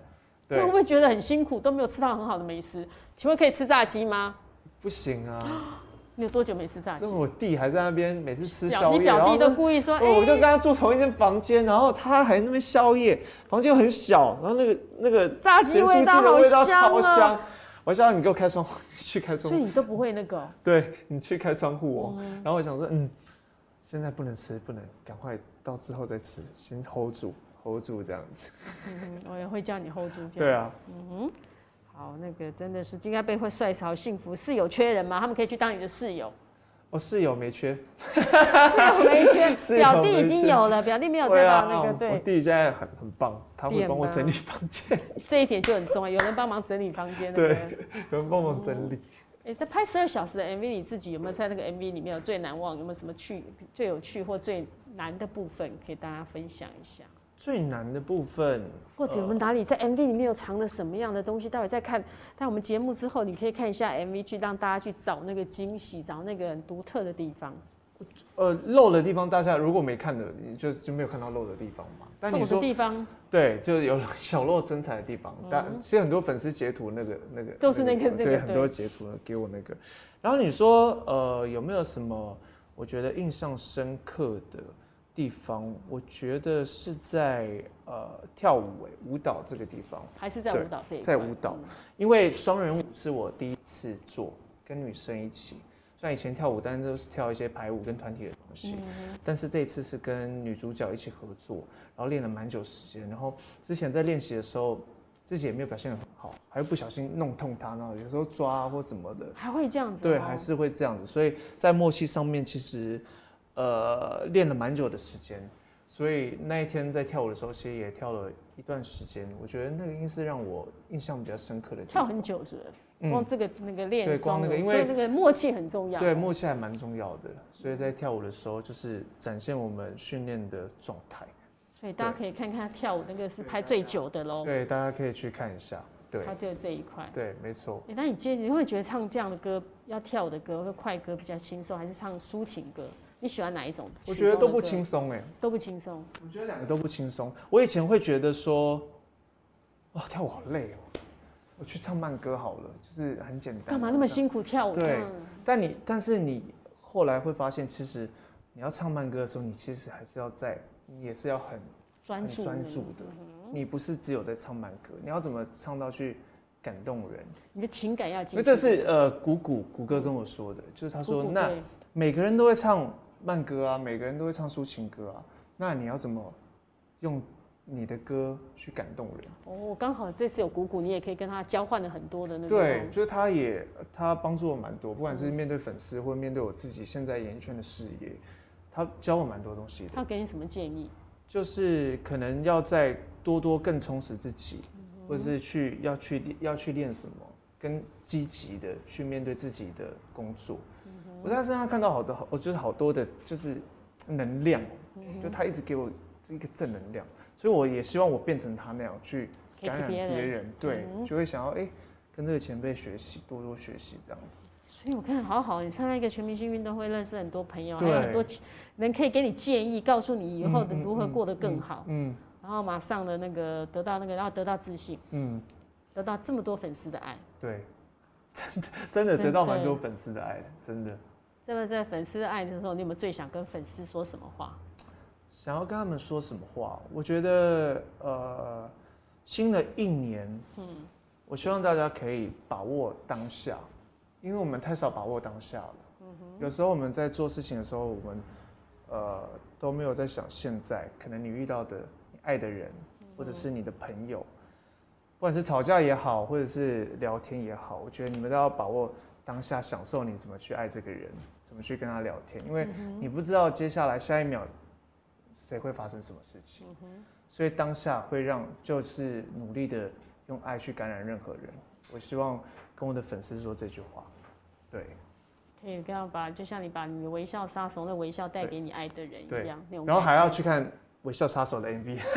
那会对不，会觉得很辛苦，都没有吃到很好的美食？请问可以吃炸鸡吗？不行啊，你有多久没吃炸鸡所以？我弟还在那边每次吃啊表宵你夜，然表后弟都都哦故意说，哎、我我就跟他住同一间房间，然后他还在那边宵夜，房间又很小，然后那个那个炸鸡咸酥味道鸡的好味道香超啊香。我叫他你给我开窗户， (laughs) 你去开窗所以户，你都不会那个哦、对你去开窗户哦。嗯然后我想说，嗯，现在不能吃，不能，赶快到之后再吃，先 hold 住，hold 住这样子。嗯我也会叫你 hold 住。对，啊，嗯哼，好，那个真的是应该被会帅潮幸福室友缺人吗？他们可以去当你的室 (laughs) 友，我哦室友没缺，室友没缺， (laughs) 室友表弟没已经缺有了，表弟没有再把那个啊我我对，弟现在很很棒，他会点帮我吧整理房间， (laughs) 这一点就很重要，有人帮忙整理房间，对不对对？，有人帮忙整理。哎，在拍十二小时的 MV，你自己有没有在那个 MV 里面有最难忘？有没有什么趣、最有趣或最难的部分，可以大家分享一下？最难的部分，或者我们哪里在 MV 里面有藏了什么样的东西？待会再看，但我们节目之后，你可以看一下 MV，去让大家去找那个惊喜，找那个很独特的地方。呃，漏的地方，大家如果没看的，你就就没有看到漏的地方嘛。但你我的说地方对，就有小露身材的地方，但其实很多粉丝截图那个那个嗯都是那个那个对，对很多截图给我那个。然后你说呃有没有什么我觉得印象深刻的地方？我觉得是在呃跳舞诶舞蹈这个地方，还是在对舞蹈这一在块舞蹈嗯因为双人舞是我第一次做，跟女生一起。虽然以前跳舞，但是都是跳一些排舞跟团体的东西。但是这一次是跟女主角一起合作，然后练了蛮久时间。然后之前在练习的时候，自己也没有表现得很好，还会不小心弄痛她，然后有时候抓啊或什么的，还会这样子、哦，对，还是会这样子。所以在默契上面，其实呃练了蛮久的时间。所以那一天在跳舞的时候，其实也跳了一段时间。我觉得那个应该是让我印象比较深刻的地跳方。很久是不是？嗯光这个那个练对双光那个舞因所以为那个默契很重要。对，默契还蛮重要的，所以在跳舞的时候，就是展现我们训练的状态。所以大家可以看看他跳舞那个是拍最久的喽，对，大家可以去看一下。对他，就这一块。对，没错。哎、那你今天你会觉得唱这样的歌，要跳舞的歌或快歌比较轻松，还是唱抒情歌？你喜欢哪一种？我觉得都不轻，轻松哎，都不轻松。我觉得两个都不轻松。我以前会觉得说，哇，跳舞好累哦，我去唱慢歌好了，就是很简单。干嘛那么辛苦跳舞？嗯对这样但你，但是你后来会发现，其实你要唱慢歌的时候，你其实还是要在，你也是要很专注很专注的嗯哼你不是只有在唱慢歌，你要怎么唱到去感动人？你的情感要进去。因为这是呃谷谷谷歌跟我说的，就是他说不不那对每个人都会唱慢歌啊，每个人都会唱抒情歌啊，那你要怎么用你的歌去感动人？哦，我刚好这次有鼓鼓，你也可以跟他交换了很多的那个。嗯对，就是他也他帮助我蛮多，不管是面对粉丝或面对我自己现在演艺圈的事业，他教我蛮多东西的。他给你什么建议？就是可能要再多多更充实自己，嗯或者是去要去要去练什么，跟积极的去面对自己的工作。嗯我在他身上看到好多，我觉得好多的就是能量，嗯就他一直给我一个正能量，所以我也希望我变成他那样去可以感染给别别人人，对嗯，就会想要哎、跟这个前辈学习，多多学习这样子。所以我看好好，你参加一个全明星运动会，认识很多朋友，还对有很多人可以给你建议，告诉你以后的嗯嗯如何嗯过得更嗯好，嗯然后马上的那个得到那个，然后得到自信，嗯，得到这么多粉丝的爱。对，真的真的得到蛮真的多粉丝的爱的，真的。这么在粉丝的爱的时候，你有没有最想跟粉丝说什么话？想要跟他们说什么话？我觉得，呃，新的一年，嗯，我希望大家可以把握当下，因为我们太少把握当下了。有时候我们在做事情的时候，我们呃都没有在想现在，可能你遇到的你爱的人，或者是你的朋友，不管是吵架也好，或者是聊天也好，我觉得你们都要把握当下，享受你怎么去爱这个人，怎么去跟他聊天，因为你不知道接下来下一秒谁会发生什么事嗯情，所以当下会让就是努力的用爱去感染任何人。我希望跟我的粉丝说这句话，对。可以这样把，就像你把你的微笑杀手那微笑带给你爱的人一样，那种然后感还要去看微笑杀手 (laughs) 的嗯 MV。(laughs)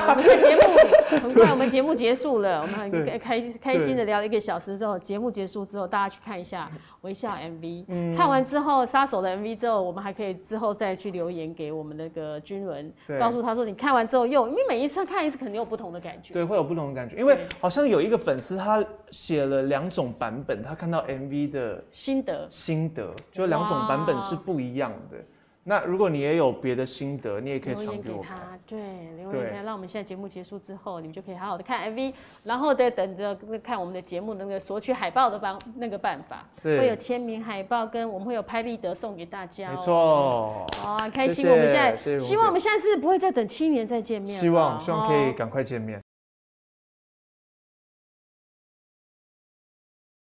我们现在节目很快，我们节目结束了，我们很 (laughs) 对开开开心的聊了一个小时之后，节目结束之后，大家去看一下微笑 MV。嗯看完之后，杀手的 MV 之后，我们还可以之后再去留言给我们那个军人，对告诉他说你看完之后又，因为每一次看一次肯定有不同的感觉。对，会有不同的感觉，因为对好像有一个粉丝他写了两种版本，他看到 MV 的心得，心得，就两种版本是不一样的。那如果你也有别的心得，你也可以啊留传言给给我看。他，对，留言给对他，让我们现在节目结束之后，你们就可以好好的看 MV，然后再等着看我们的节目的那个索取海报的办那个办法，对会有签名海报，跟我们会有拍立得送给大家、没。错，哦，很开心！谢谢我们现在谢谢荣姐希望我们下次不会再等七年再见面了。希望希望可以哦赶快见面。